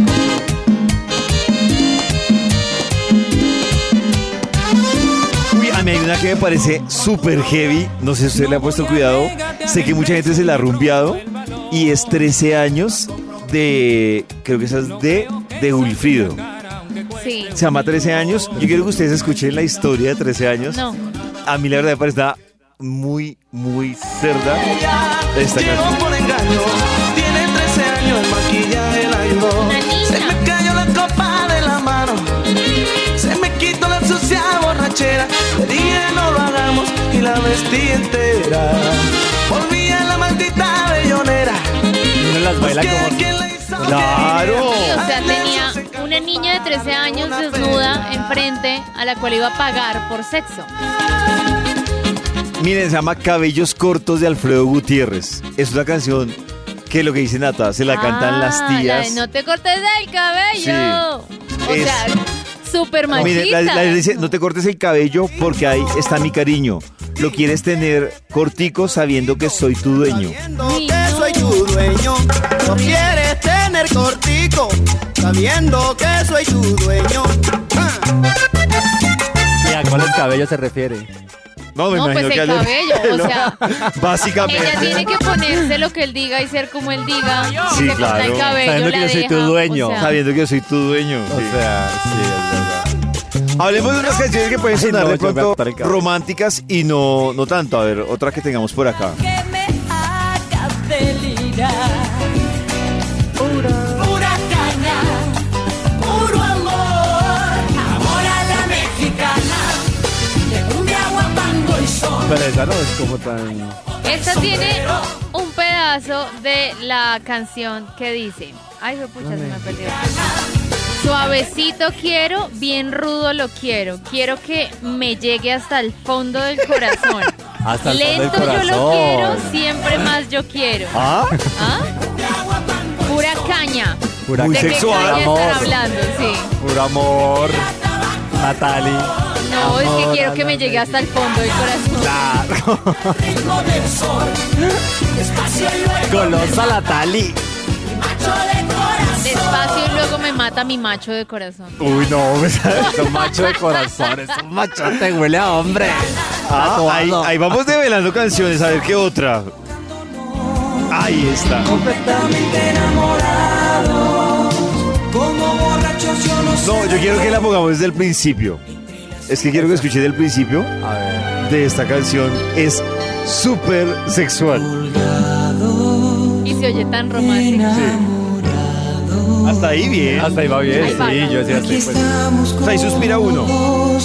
[SPEAKER 3] Uy, a mí hay una que me parece súper heavy. No sé si usted le ha puesto cuidado. Sé que mucha gente se la ha rumbeado. Y es 13 años de. Creo que esa es de. De Wilfrido.
[SPEAKER 5] Sí.
[SPEAKER 3] Se llama 13 años. Yo quiero que ustedes escuchen la historia de 13 años.
[SPEAKER 5] No.
[SPEAKER 3] A mí la verdad me parece muy, muy cerda. Esta canción.
[SPEAKER 6] por engaño, tiene 13 años, maquillaje la ayudó.
[SPEAKER 5] Una
[SPEAKER 6] Se
[SPEAKER 5] niña.
[SPEAKER 6] me cayó la copa de la mano, se me quitó la sucia borrachera. Le dije no lo hagamos y la vestí entera. Volví a la maldita bellonera.
[SPEAKER 10] Uno las baila
[SPEAKER 6] Busqué a
[SPEAKER 10] como.
[SPEAKER 6] quien la hizo
[SPEAKER 3] ¡Claro!
[SPEAKER 5] Sí, o sea, tenía una niña de 13 años desnuda enfrente a la cual iba a pagar por sexo.
[SPEAKER 3] Miren, se llama Cabellos Cortos de Alfredo Gutiérrez. Es una canción que lo que dice Nata, se la cantan las
[SPEAKER 5] Ah, la de
[SPEAKER 3] tías.
[SPEAKER 5] no te cortes el cabello. O
[SPEAKER 3] Es-
[SPEAKER 5] sea, súper
[SPEAKER 3] No,
[SPEAKER 5] machista.
[SPEAKER 3] mire, la, la- dice, no te cortes el cabello porque ahí está mi cariño. Lo quieres tener cortico sabiendo que soy tu dueño.
[SPEAKER 5] Uy,
[SPEAKER 6] que
[SPEAKER 5] no.
[SPEAKER 6] soy tu dueño. No quieres tener cortico, sabiendo que soy tu dueño. Ah.
[SPEAKER 7] ¿Y a cuáles cabellos se refiere?
[SPEAKER 3] No, me
[SPEAKER 5] No,
[SPEAKER 3] imagino
[SPEAKER 5] pues
[SPEAKER 3] que
[SPEAKER 5] el
[SPEAKER 3] alguien-
[SPEAKER 5] cabello, o
[SPEAKER 3] No,
[SPEAKER 5] sea.
[SPEAKER 3] Básicamente.
[SPEAKER 5] Ella tiene que ponerse lo que él diga y ser como él diga. Si
[SPEAKER 3] Sí,
[SPEAKER 5] se corta
[SPEAKER 3] claro.
[SPEAKER 5] el cabello,
[SPEAKER 10] Sabiendo que
[SPEAKER 5] la
[SPEAKER 10] yo soy tu
[SPEAKER 5] deja,
[SPEAKER 10] dueño.
[SPEAKER 5] o sea,
[SPEAKER 3] Sabiendo que soy tu dueño.
[SPEAKER 7] O
[SPEAKER 3] sí.
[SPEAKER 7] sea, sí, es verdad.
[SPEAKER 3] Hablemos de unas canciones que pueden sonar
[SPEAKER 7] no,
[SPEAKER 3] de
[SPEAKER 7] yo voy a
[SPEAKER 3] pronto
[SPEAKER 7] cortar el cabello.
[SPEAKER 3] románticas y no, no tanto. A ver, otra que tengamos por acá.
[SPEAKER 6] que me hagas delirar. Pura, caña, puro amor, amor a la mexicana, de cumbia, guapango y sol.
[SPEAKER 7] Pero esa no es como tan.
[SPEAKER 5] Esta tiene un pedazo de la canción que dice. Ay, pucha, se me perdió. Suavecito quiero, bien rudo lo quiero. Quiero que me llegue hasta el fondo del corazón.
[SPEAKER 7] Hasta el fondo del
[SPEAKER 5] Lento yo lo
[SPEAKER 7] corazón.
[SPEAKER 5] quiero, siempre más yo quiero.
[SPEAKER 7] ¿Ah?
[SPEAKER 5] ¿Ah? Pura caña.
[SPEAKER 7] Pura
[SPEAKER 5] ¿De
[SPEAKER 3] sexual,
[SPEAKER 5] qué caña
[SPEAKER 7] amor.
[SPEAKER 5] están hablando? Sí.
[SPEAKER 7] Puro amor. Natalie.
[SPEAKER 5] No, es que
[SPEAKER 7] Amor
[SPEAKER 5] quiero
[SPEAKER 7] a
[SPEAKER 5] que me
[SPEAKER 7] la
[SPEAKER 5] llegue hasta el fondo del corazón.
[SPEAKER 6] Ritmo del sol, despacio y luego
[SPEAKER 7] Golosa Natalie.
[SPEAKER 6] macho de corazón.
[SPEAKER 5] Despacio y luego me mata mi macho de corazón.
[SPEAKER 7] Uy, no, es un macho de corazón, es un machote, huele a hombre.
[SPEAKER 3] Ah, ahí,
[SPEAKER 7] Tatuado.
[SPEAKER 3] ahí vamos develando canciones. A ver qué otra. Ahí está.
[SPEAKER 6] Completamente enamorados, como borrachos yo no
[SPEAKER 3] No, yo quiero que la pongamos desde el principio. Es que quiero que escuchen el principio
[SPEAKER 7] A ver.
[SPEAKER 3] de esta canción. Es súper sexual.
[SPEAKER 5] Y se oye tan romántico.
[SPEAKER 3] Hasta ahí bien.
[SPEAKER 7] Hasta ahí va bien.
[SPEAKER 5] Ahí va,
[SPEAKER 7] sí,
[SPEAKER 5] ¿no?
[SPEAKER 7] yo decía así, pues.
[SPEAKER 3] Hasta ahí suspira uno.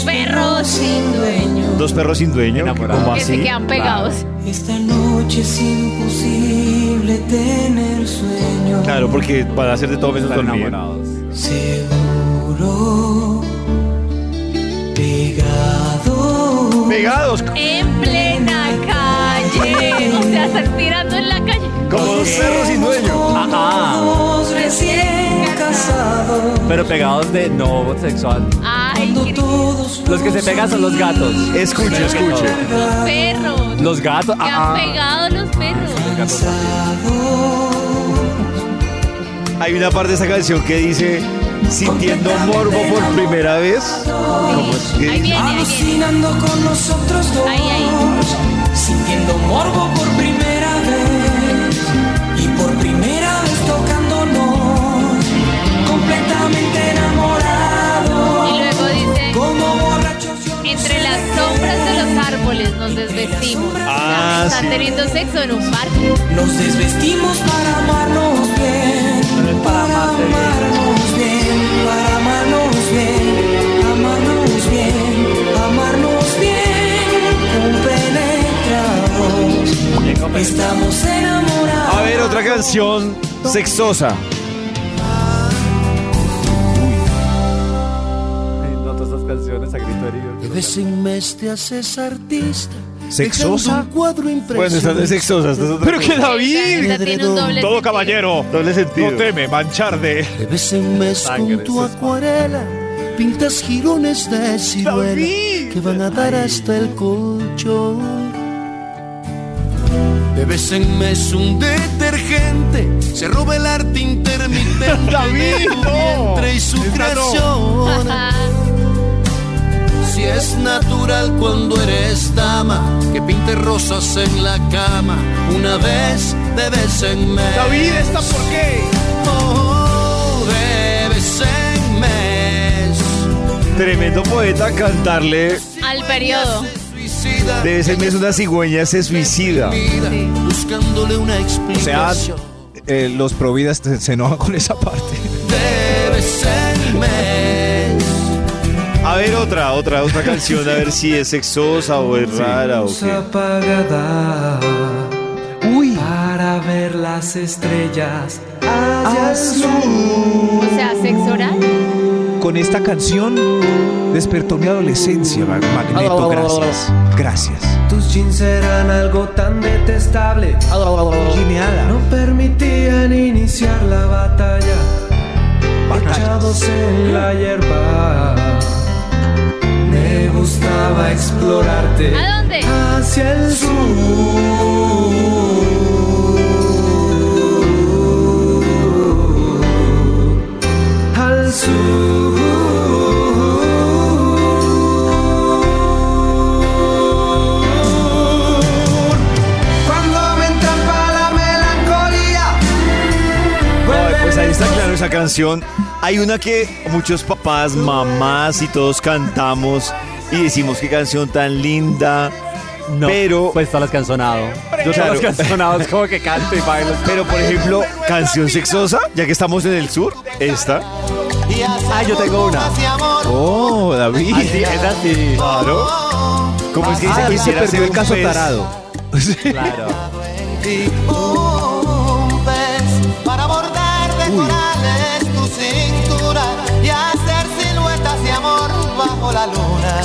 [SPEAKER 5] Perros sin dueño.
[SPEAKER 3] Dos perros sin dueño.
[SPEAKER 7] Enamorados.
[SPEAKER 3] ¿Cómo
[SPEAKER 5] Que
[SPEAKER 3] así?
[SPEAKER 5] se quedan pegados.
[SPEAKER 6] Esta noche es imposible tener sueño.
[SPEAKER 3] Claro, porque van a hacer de todo menos
[SPEAKER 7] Están
[SPEAKER 3] dormir.
[SPEAKER 7] enamorados.
[SPEAKER 6] Seguro pegado
[SPEAKER 3] Pegados.
[SPEAKER 5] En plena calle. O sea, están tirando en la calle.
[SPEAKER 3] Como dos cerros sin dueño.
[SPEAKER 10] Ajá.
[SPEAKER 6] recién casados.
[SPEAKER 10] Pero pegados de no sexual.
[SPEAKER 5] Ay,
[SPEAKER 6] Todos
[SPEAKER 10] Los que se pegan son los gatos.
[SPEAKER 3] Escuche, escuche.
[SPEAKER 5] los perros.
[SPEAKER 10] Los gatos.
[SPEAKER 5] Se
[SPEAKER 10] ah,
[SPEAKER 5] han pegado los perros.
[SPEAKER 3] Hay una parte de esa canción que dice sintiendo morbo por primera vez.
[SPEAKER 5] Sí. Ahí viene, ahí viene.
[SPEAKER 6] Alucinando con nosotros dos.
[SPEAKER 5] Ahí, ahí.
[SPEAKER 6] Sintiendo morbo por primera vez. Y por primera vez tocándonos. Completamente enamorados.
[SPEAKER 5] Y luego dice,
[SPEAKER 6] Como borrachos yo no
[SPEAKER 5] entre
[SPEAKER 6] sé
[SPEAKER 5] las
[SPEAKER 6] de
[SPEAKER 5] sombras de
[SPEAKER 6] qué.
[SPEAKER 5] los árboles nos desvestimos.
[SPEAKER 3] Ah,
[SPEAKER 5] están
[SPEAKER 3] sí.
[SPEAKER 5] teniendo sexo en un parque.
[SPEAKER 6] Nos desvestimos para amarnos bien, para amarnos bien, para amarnos bien, amarnos bien, amarnos bien, compenetrados. Estamos enamorados.
[SPEAKER 3] A ver, otra canción sexosa.
[SPEAKER 10] No, todas esas canciones a grito herido.
[SPEAKER 6] Bésenme este haces artista.
[SPEAKER 4] ¿Sexosa?
[SPEAKER 6] dejando un cuadro
[SPEAKER 3] Bueno, esta no es sexosa. esta es otra
[SPEAKER 4] Pero
[SPEAKER 3] cosa.
[SPEAKER 4] que David.
[SPEAKER 5] Esta tiene un doble sentido.
[SPEAKER 3] Doble sentido.
[SPEAKER 4] No teme manchar de.
[SPEAKER 6] Bésenme
[SPEAKER 10] Sangre,
[SPEAKER 6] con tu
[SPEAKER 10] eso es
[SPEAKER 6] acuarela. Pintas jirones de ciruela que van a dar hasta el colchón. Bésenme es un detergente, se roba el arte intermitente de tu vientre y su creación. Si es natural cuando eres dama, que pinte rosas en la cama, una vez de bésenme.
[SPEAKER 1] David, ¿esta por qué?
[SPEAKER 6] Oh, de bésenme.
[SPEAKER 3] Tremendo poeta cantarle
[SPEAKER 5] Al periodo.
[SPEAKER 6] Suicida.
[SPEAKER 3] de ese mes una cigüeña se suicida.
[SPEAKER 6] vida, buscándole una explicación.
[SPEAKER 4] Eh, los providas te- se enojan con esa parte.
[SPEAKER 6] Debe ser mes.
[SPEAKER 3] A ver, otra, otra, otra canción, a ver si es sexosa o es rara o qué.
[SPEAKER 6] apagada
[SPEAKER 4] Uy.
[SPEAKER 6] para ver las estrellas
[SPEAKER 5] O sea, sexo oral.
[SPEAKER 4] Con esta canción despertó mi adolescencia, Mag- Magneto. Gracias. Gracias.
[SPEAKER 6] Tus jeans eran algo tan detestable.
[SPEAKER 4] Guineada.
[SPEAKER 6] No permitían iniciar la batalla. Echados en la hierba. Me gustaba explorarte
[SPEAKER 5] ¿A dónde?
[SPEAKER 6] hacia el sur. Al sur. Cuando me entrapa la melancolía.
[SPEAKER 3] Ay, pues ahí está claro esa canción. Hay una que muchos papás, mamás y todos cantamos y decimos qué canción tan linda.
[SPEAKER 10] No,
[SPEAKER 3] Pero-
[SPEAKER 10] Pues todas las cancionados. Yo
[SPEAKER 3] Claro.
[SPEAKER 10] todas las cancionados como que canto y bailo.
[SPEAKER 3] Pero por ejemplo, canción sexosa, ya que estamos en el sur, esta.
[SPEAKER 10] Ah, yo tengo una.
[SPEAKER 4] Oh, David.
[SPEAKER 10] Así, es así.
[SPEAKER 3] Claro. ¿Cómo es que dice
[SPEAKER 4] Ah, David se
[SPEAKER 3] quisiera
[SPEAKER 4] perdió
[SPEAKER 3] ser
[SPEAKER 4] el
[SPEAKER 3] un
[SPEAKER 4] caso
[SPEAKER 3] pez?
[SPEAKER 4] tarado.
[SPEAKER 10] Claro.
[SPEAKER 6] Un pez para bordar de corales tu cintura y hacer siluetas de amor bajo la luna.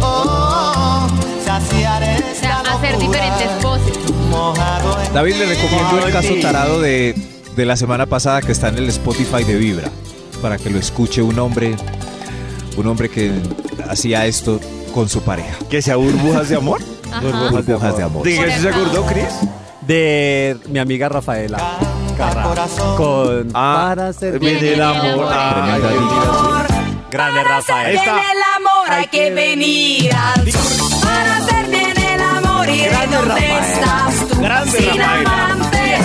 [SPEAKER 6] Oh, saciar
[SPEAKER 5] O sea,
[SPEAKER 6] esta
[SPEAKER 5] hacer
[SPEAKER 6] locura,
[SPEAKER 5] diferentes poses.
[SPEAKER 6] mojado en
[SPEAKER 4] David, le
[SPEAKER 6] ti.
[SPEAKER 4] recomiendo el caso tarado de, de la semana pasada que está en el Spotify de Vibra. Para que lo escuche un hombre. Un hombre que hacía esto con su pareja.
[SPEAKER 3] Que sea burbujas de amor.
[SPEAKER 5] Ajá.
[SPEAKER 4] Burbujas de amor.
[SPEAKER 3] ¿De qué se acordó, Chris?
[SPEAKER 10] De mi amiga Rafaela. Carrá.
[SPEAKER 6] corazón.
[SPEAKER 10] Con
[SPEAKER 3] Ah,
[SPEAKER 10] Para ser
[SPEAKER 5] bien
[SPEAKER 3] Viene el amor.
[SPEAKER 10] Ah,
[SPEAKER 3] Ay,
[SPEAKER 4] Tremenda
[SPEAKER 3] Dios mío.
[SPEAKER 10] Grande Rafael.
[SPEAKER 3] Esta.
[SPEAKER 11] el amor hay que venir al sur para hacer bien el amor y de
[SPEAKER 10] Grande
[SPEAKER 11] dónde
[SPEAKER 10] Rafaela.
[SPEAKER 11] estás tú
[SPEAKER 3] Grande
[SPEAKER 11] sin
[SPEAKER 3] Rafaela.
[SPEAKER 11] amantes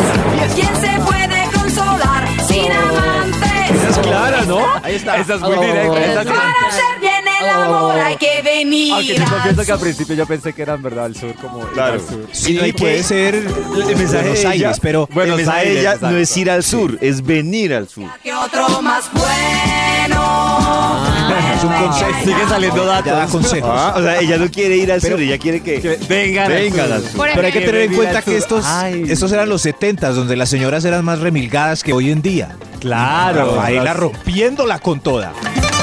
[SPEAKER 11] quién se puede consolar sin
[SPEAKER 5] Oh.
[SPEAKER 11] amantes
[SPEAKER 3] Es clara, ¿no?
[SPEAKER 10] Ahí está. Esa es muy
[SPEAKER 4] Oh.
[SPEAKER 10] directa. Esa sí.
[SPEAKER 11] para hacer bien el amor hay que
[SPEAKER 10] Aunque
[SPEAKER 11] venir
[SPEAKER 10] yo confieso
[SPEAKER 11] al
[SPEAKER 10] que al
[SPEAKER 11] sur
[SPEAKER 10] principio yo pensé que era en verdad el sur, como ir
[SPEAKER 3] Claro.
[SPEAKER 10] al sur.
[SPEAKER 4] Sí,
[SPEAKER 3] Y no hay que-
[SPEAKER 4] puede ser
[SPEAKER 3] El mensaje
[SPEAKER 4] Buenos
[SPEAKER 3] de ella,
[SPEAKER 4] Aires, pero
[SPEAKER 3] el
[SPEAKER 10] Buenos
[SPEAKER 3] mensaje de
[SPEAKER 10] Aires,
[SPEAKER 3] ella
[SPEAKER 10] exacto.
[SPEAKER 3] no es ir al sur, es venir al sur.
[SPEAKER 11] que otro más bueno
[SPEAKER 4] es un consejo.
[SPEAKER 10] Sigue saliendo
[SPEAKER 4] Ya da
[SPEAKER 10] datos.
[SPEAKER 4] consejos.
[SPEAKER 3] Ah, o sea, ella no quiere ir al
[SPEAKER 4] Pero-
[SPEAKER 3] sur, ella quiere que.
[SPEAKER 10] Que Vengan,
[SPEAKER 3] Vengan al
[SPEAKER 10] al
[SPEAKER 3] sur.
[SPEAKER 10] sur.
[SPEAKER 4] Pero hay que tener en
[SPEAKER 10] Venir al
[SPEAKER 4] cuenta que
[SPEAKER 10] sur.
[SPEAKER 4] estos,
[SPEAKER 10] Ay.
[SPEAKER 4] estos eran los 70 donde las señoras eran más remilgadas que hoy en día.
[SPEAKER 10] Claro.
[SPEAKER 4] Rafaela rompiéndola con toda.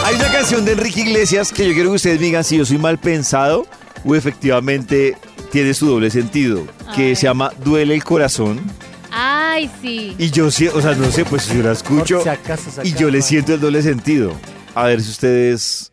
[SPEAKER 3] Hay una canción de Enrique Iglesias que yo quiero que ustedes me digan si yo soy mal pensado o efectivamente tiene su doble sentido, que se llama Duele el corazón.
[SPEAKER 5] Ay, sí.
[SPEAKER 3] Y yo, sí- o sea, no sé, pues yo la escucho
[SPEAKER 10] si acaso se
[SPEAKER 3] y yo le
[SPEAKER 10] acaba.
[SPEAKER 3] siento el doble sentido. A ver si ustedes...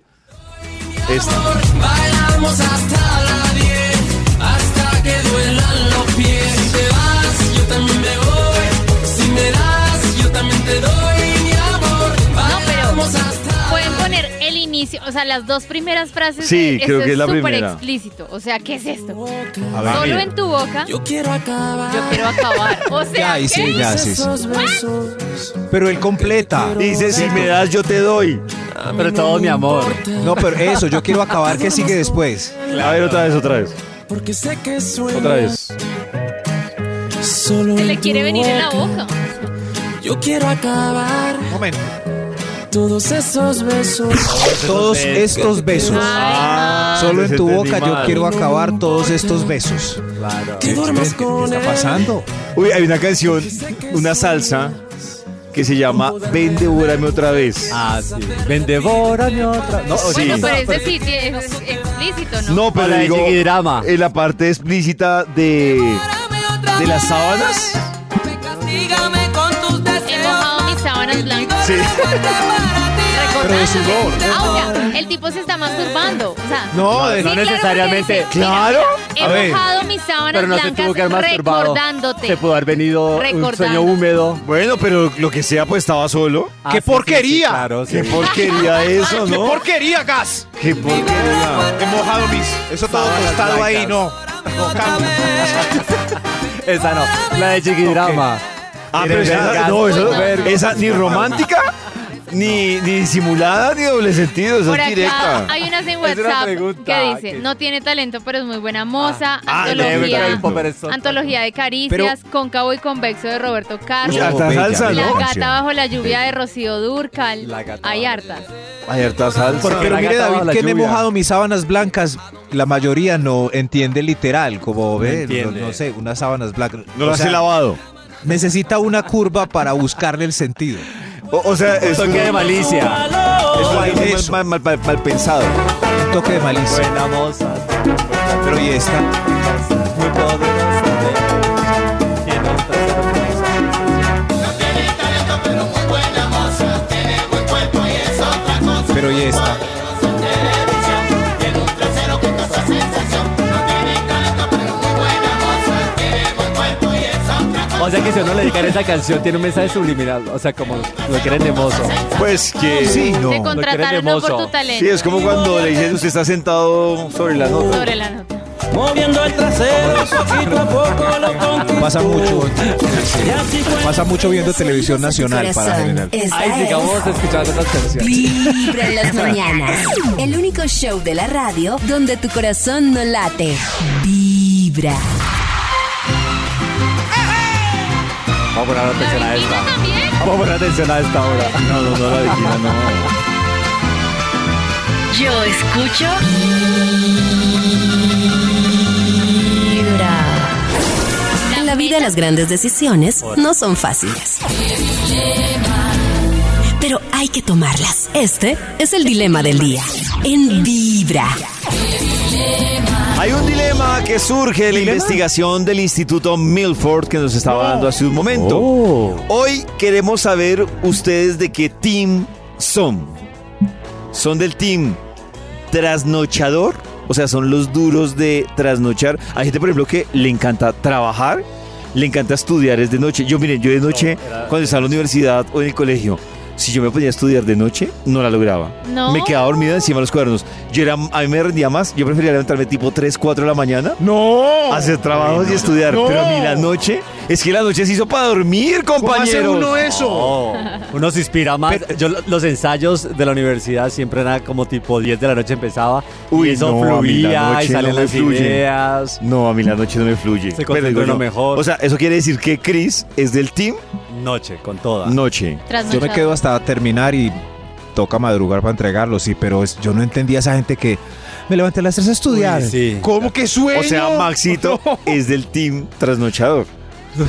[SPEAKER 3] Este.
[SPEAKER 11] Bailamos hasta la 10, hasta que duelan los pies. Si te vas, yo también me voy. Si me das, yo también te doy mi amor. Bailamos hasta
[SPEAKER 5] Pueden poner el inicio, o sea, las dos primeras frases.
[SPEAKER 3] Sí,
[SPEAKER 5] de-
[SPEAKER 3] creo
[SPEAKER 5] esto
[SPEAKER 3] que es la
[SPEAKER 5] súper
[SPEAKER 3] primera.
[SPEAKER 5] explícito. O sea, ¿qué es esto?
[SPEAKER 4] A ver,
[SPEAKER 5] Solo
[SPEAKER 4] mira.
[SPEAKER 5] en tu boca. Yo quiero acabar. Yo quiero acabar. O sea,
[SPEAKER 4] Ya, ahí sí,
[SPEAKER 5] ¿qué?
[SPEAKER 4] ya, sí, sí.
[SPEAKER 11] esos besos.
[SPEAKER 4] Pero él completa.
[SPEAKER 3] Dice, si me das, yo te doy.
[SPEAKER 10] Ah, Pero todo mi amor.
[SPEAKER 4] No, pero eso, yo quiero acabar. ¿Qué sigue después?
[SPEAKER 3] A ver, otra vez, otra vez.
[SPEAKER 11] Porque sé que suena
[SPEAKER 3] Otra vez.
[SPEAKER 11] solo
[SPEAKER 5] Se le
[SPEAKER 11] en tu
[SPEAKER 5] quiere venir en la boca.
[SPEAKER 11] Yo quiero acabar
[SPEAKER 4] Momento.
[SPEAKER 11] todos esos besos.
[SPEAKER 4] Todos estos besos.
[SPEAKER 5] Ay,
[SPEAKER 4] Solo en tu
[SPEAKER 3] entendí
[SPEAKER 4] boca yo
[SPEAKER 3] mal.
[SPEAKER 4] quiero acabar todos estos besos.
[SPEAKER 10] Claro.
[SPEAKER 11] Que duermas
[SPEAKER 4] ¿Qué
[SPEAKER 11] con
[SPEAKER 4] está
[SPEAKER 11] él.
[SPEAKER 4] pasando?
[SPEAKER 3] Uy, hay una canción, una salsa, que se llama Ven, devórame otra vez.
[SPEAKER 10] Ah, sí. Ven, devórame otra. No,
[SPEAKER 3] Oh, Sí.
[SPEAKER 5] Bueno,
[SPEAKER 10] sí.
[SPEAKER 5] pero ese sí tiene- es explícito, ¿no?
[SPEAKER 3] No, pero
[SPEAKER 10] Para
[SPEAKER 3] digo,
[SPEAKER 10] ese drama.
[SPEAKER 3] en la parte explícita de, de las sábanas.
[SPEAKER 11] Castígame con tus
[SPEAKER 5] He
[SPEAKER 11] deseos.
[SPEAKER 5] mojado mis sábanas blancas.
[SPEAKER 3] Sí.
[SPEAKER 5] Recordando.
[SPEAKER 4] de sudor.
[SPEAKER 5] Ah, o sea, el tipo se está masturbando. O sea,
[SPEAKER 4] No, de-
[SPEAKER 5] Sí,
[SPEAKER 10] no
[SPEAKER 5] claro,
[SPEAKER 10] necesariamente.
[SPEAKER 5] porque dice, mira,
[SPEAKER 10] Claro.
[SPEAKER 5] He
[SPEAKER 4] A ver.
[SPEAKER 5] mojado mis sábanas
[SPEAKER 10] Pero no se tuvo que haber
[SPEAKER 5] blancas
[SPEAKER 10] masturbado.
[SPEAKER 5] recordándote.
[SPEAKER 10] Se pudo haber venido un
[SPEAKER 5] Recordando.
[SPEAKER 10] sueño húmedo.
[SPEAKER 3] Bueno, pero lo que sea, pues estaba solo.
[SPEAKER 10] Ah,
[SPEAKER 4] ¡Qué
[SPEAKER 10] sí, sí, sí,
[SPEAKER 4] porquería!
[SPEAKER 10] claro, sí.
[SPEAKER 3] Qué porquería eso,
[SPEAKER 4] ¡Qué
[SPEAKER 3] ¿no?
[SPEAKER 4] porquería, gas!
[SPEAKER 3] Qué porquería.
[SPEAKER 4] He mojado mis. Eso todo
[SPEAKER 10] Sábanas
[SPEAKER 4] tostado ahí,
[SPEAKER 10] blancas.
[SPEAKER 4] no. No, cambio.
[SPEAKER 10] Esa no. La de Chiquidrama.
[SPEAKER 3] Ah, pero
[SPEAKER 10] Tiene
[SPEAKER 3] esa,
[SPEAKER 10] vergas.
[SPEAKER 3] no,
[SPEAKER 10] Uy,
[SPEAKER 3] esa,
[SPEAKER 10] no.
[SPEAKER 3] esa ni romántica, ni, ni disimulada, ni doble sentido, esa
[SPEAKER 5] Por
[SPEAKER 3] es
[SPEAKER 5] acá
[SPEAKER 3] directa.
[SPEAKER 5] hay unas en
[SPEAKER 10] una
[SPEAKER 5] WhatsApp
[SPEAKER 10] pregunta
[SPEAKER 5] que dice,
[SPEAKER 10] que-
[SPEAKER 5] no tiene talento, pero es muy buena moza,
[SPEAKER 3] Ah,
[SPEAKER 5] antología,
[SPEAKER 3] debe
[SPEAKER 10] Pero es otra.
[SPEAKER 5] antología de caricias, cóncavo y convexo de Roberto Carlos,
[SPEAKER 3] Uy, harta
[SPEAKER 4] Oh, bella,
[SPEAKER 3] salsa,
[SPEAKER 5] La
[SPEAKER 3] ¿no?
[SPEAKER 5] gata bajo la lluvia de Rocío Durcal,
[SPEAKER 10] La gata
[SPEAKER 5] hay
[SPEAKER 10] bajo
[SPEAKER 5] hartas.
[SPEAKER 3] Hay harta salsa.
[SPEAKER 10] Porque-
[SPEAKER 4] Pero
[SPEAKER 10] La
[SPEAKER 4] mire,
[SPEAKER 10] gata bajo
[SPEAKER 4] David,
[SPEAKER 10] la
[SPEAKER 4] que me he
[SPEAKER 10] lluvia.
[SPEAKER 4] mojado mis sábanas blancas. La mayoría no entiende literal, como ve, no,
[SPEAKER 10] entiende.
[SPEAKER 4] no sé, unas sábanas blancas.
[SPEAKER 3] no
[SPEAKER 4] O
[SPEAKER 3] las he
[SPEAKER 4] sea,
[SPEAKER 3] lavado.
[SPEAKER 4] Necesita una curva para buscarle el sentido.
[SPEAKER 3] O, o sea, es
[SPEAKER 10] Toque de
[SPEAKER 3] un-
[SPEAKER 10] malicia.
[SPEAKER 3] es un-
[SPEAKER 4] Ay,
[SPEAKER 3] mal-
[SPEAKER 4] eso.
[SPEAKER 3] mal, mal- mal- mal pensado.
[SPEAKER 4] Un toque de malicia.
[SPEAKER 10] Buena moza.
[SPEAKER 4] Pero y esta.
[SPEAKER 10] Muy poderosa. Tiene un trasero.
[SPEAKER 4] Pero y esta.
[SPEAKER 10] O sea que si uno le dedicara esa canción tiene un mensaje subliminal. O sea, como lo quieren de mozo.
[SPEAKER 3] Pues que.
[SPEAKER 4] Sí, no.
[SPEAKER 5] Te contrataron no
[SPEAKER 10] hermoso.
[SPEAKER 5] por tu
[SPEAKER 3] Sí,
[SPEAKER 5] talento,
[SPEAKER 3] es como cuando le dicen usted está sentado sobre la nota.
[SPEAKER 5] sobre la nota.
[SPEAKER 6] Moviendo el trasero, poquito a poco lo conquisto.
[SPEAKER 4] Pasa mucho.
[SPEAKER 6] Y así fue.
[SPEAKER 4] Pasa mucho viendo televisión nacional para generar.
[SPEAKER 2] Esta
[SPEAKER 10] Ay,
[SPEAKER 2] es
[SPEAKER 10] sigamos escuchando las canciones.
[SPEAKER 2] Vibra en las mañanas. El único show de la radio donde tu corazón no late. Vibra.
[SPEAKER 10] Vamos a poner atención
[SPEAKER 5] ¿La
[SPEAKER 10] a
[SPEAKER 5] viquina
[SPEAKER 10] esta.
[SPEAKER 5] también?
[SPEAKER 10] Vamos a poner atención a esta hora.
[SPEAKER 3] No, no, no, la viquina, no.
[SPEAKER 2] Yo escucho. Vibra. En la vida las grandes decisiones no son fáciles. Pero hay que tomarlas. Este es el dilema del día. En Vibra.
[SPEAKER 3] Hay un dilema que surge de la investigación del Instituto Milford que nos estaba dando hace un
[SPEAKER 10] Oh.
[SPEAKER 3] momento.
[SPEAKER 1] Oh.
[SPEAKER 3] Hoy queremos saber ustedes de qué team son. ¿Son del team trasnochador? O sea, son los duros de trasnochar. Hay gente, por ejemplo, que le encanta trabajar, le encanta estudiar, es de noche. Yo, miren, yo de noche, cuando estaba en la universidad o en el colegio, si yo me ponía a estudiar de noche, no la lograba.
[SPEAKER 5] No.
[SPEAKER 3] Me quedaba dormido encima de los cuernos. Yo era, a mí me rendía más, yo prefería levantarme tipo 3, 4 de la mañana
[SPEAKER 1] No.
[SPEAKER 3] hacer trabajos y estudiar.
[SPEAKER 1] No.
[SPEAKER 3] Pero ni la noche. Es que la noche se hizo para dormir,
[SPEAKER 1] ¿Cómo hace
[SPEAKER 3] compañeros.
[SPEAKER 1] uno eso?
[SPEAKER 10] Oh, uno se inspira más. Yo lo- los ensayos de la universidad siempre eran como tipo 10 de la noche empezaba.
[SPEAKER 3] Uy,
[SPEAKER 10] y eso
[SPEAKER 3] no, a mí la
[SPEAKER 10] fluía y
[SPEAKER 3] noche
[SPEAKER 10] salen
[SPEAKER 3] no me
[SPEAKER 10] las
[SPEAKER 3] fluye.
[SPEAKER 10] ideas.
[SPEAKER 3] No, a mí la noche no me fluye.
[SPEAKER 10] Se
[SPEAKER 3] Pero
[SPEAKER 10] concentra
[SPEAKER 3] digo
[SPEAKER 10] en lo
[SPEAKER 3] yo,
[SPEAKER 10] mejor.
[SPEAKER 3] O sea, eso quiere decir que Chris es del team
[SPEAKER 10] Noche, con toda.
[SPEAKER 3] noche.
[SPEAKER 5] Trasnochado.
[SPEAKER 4] Yo me quedo hasta terminar y toca madrugar para entregarlo, sí, pero es- yo no entendía a esa gente que me levanté a las tres a estudiar.
[SPEAKER 10] Uy, sí.
[SPEAKER 1] ¿Cómo que sueño?
[SPEAKER 3] O sea, Maxito es del team trasnochador.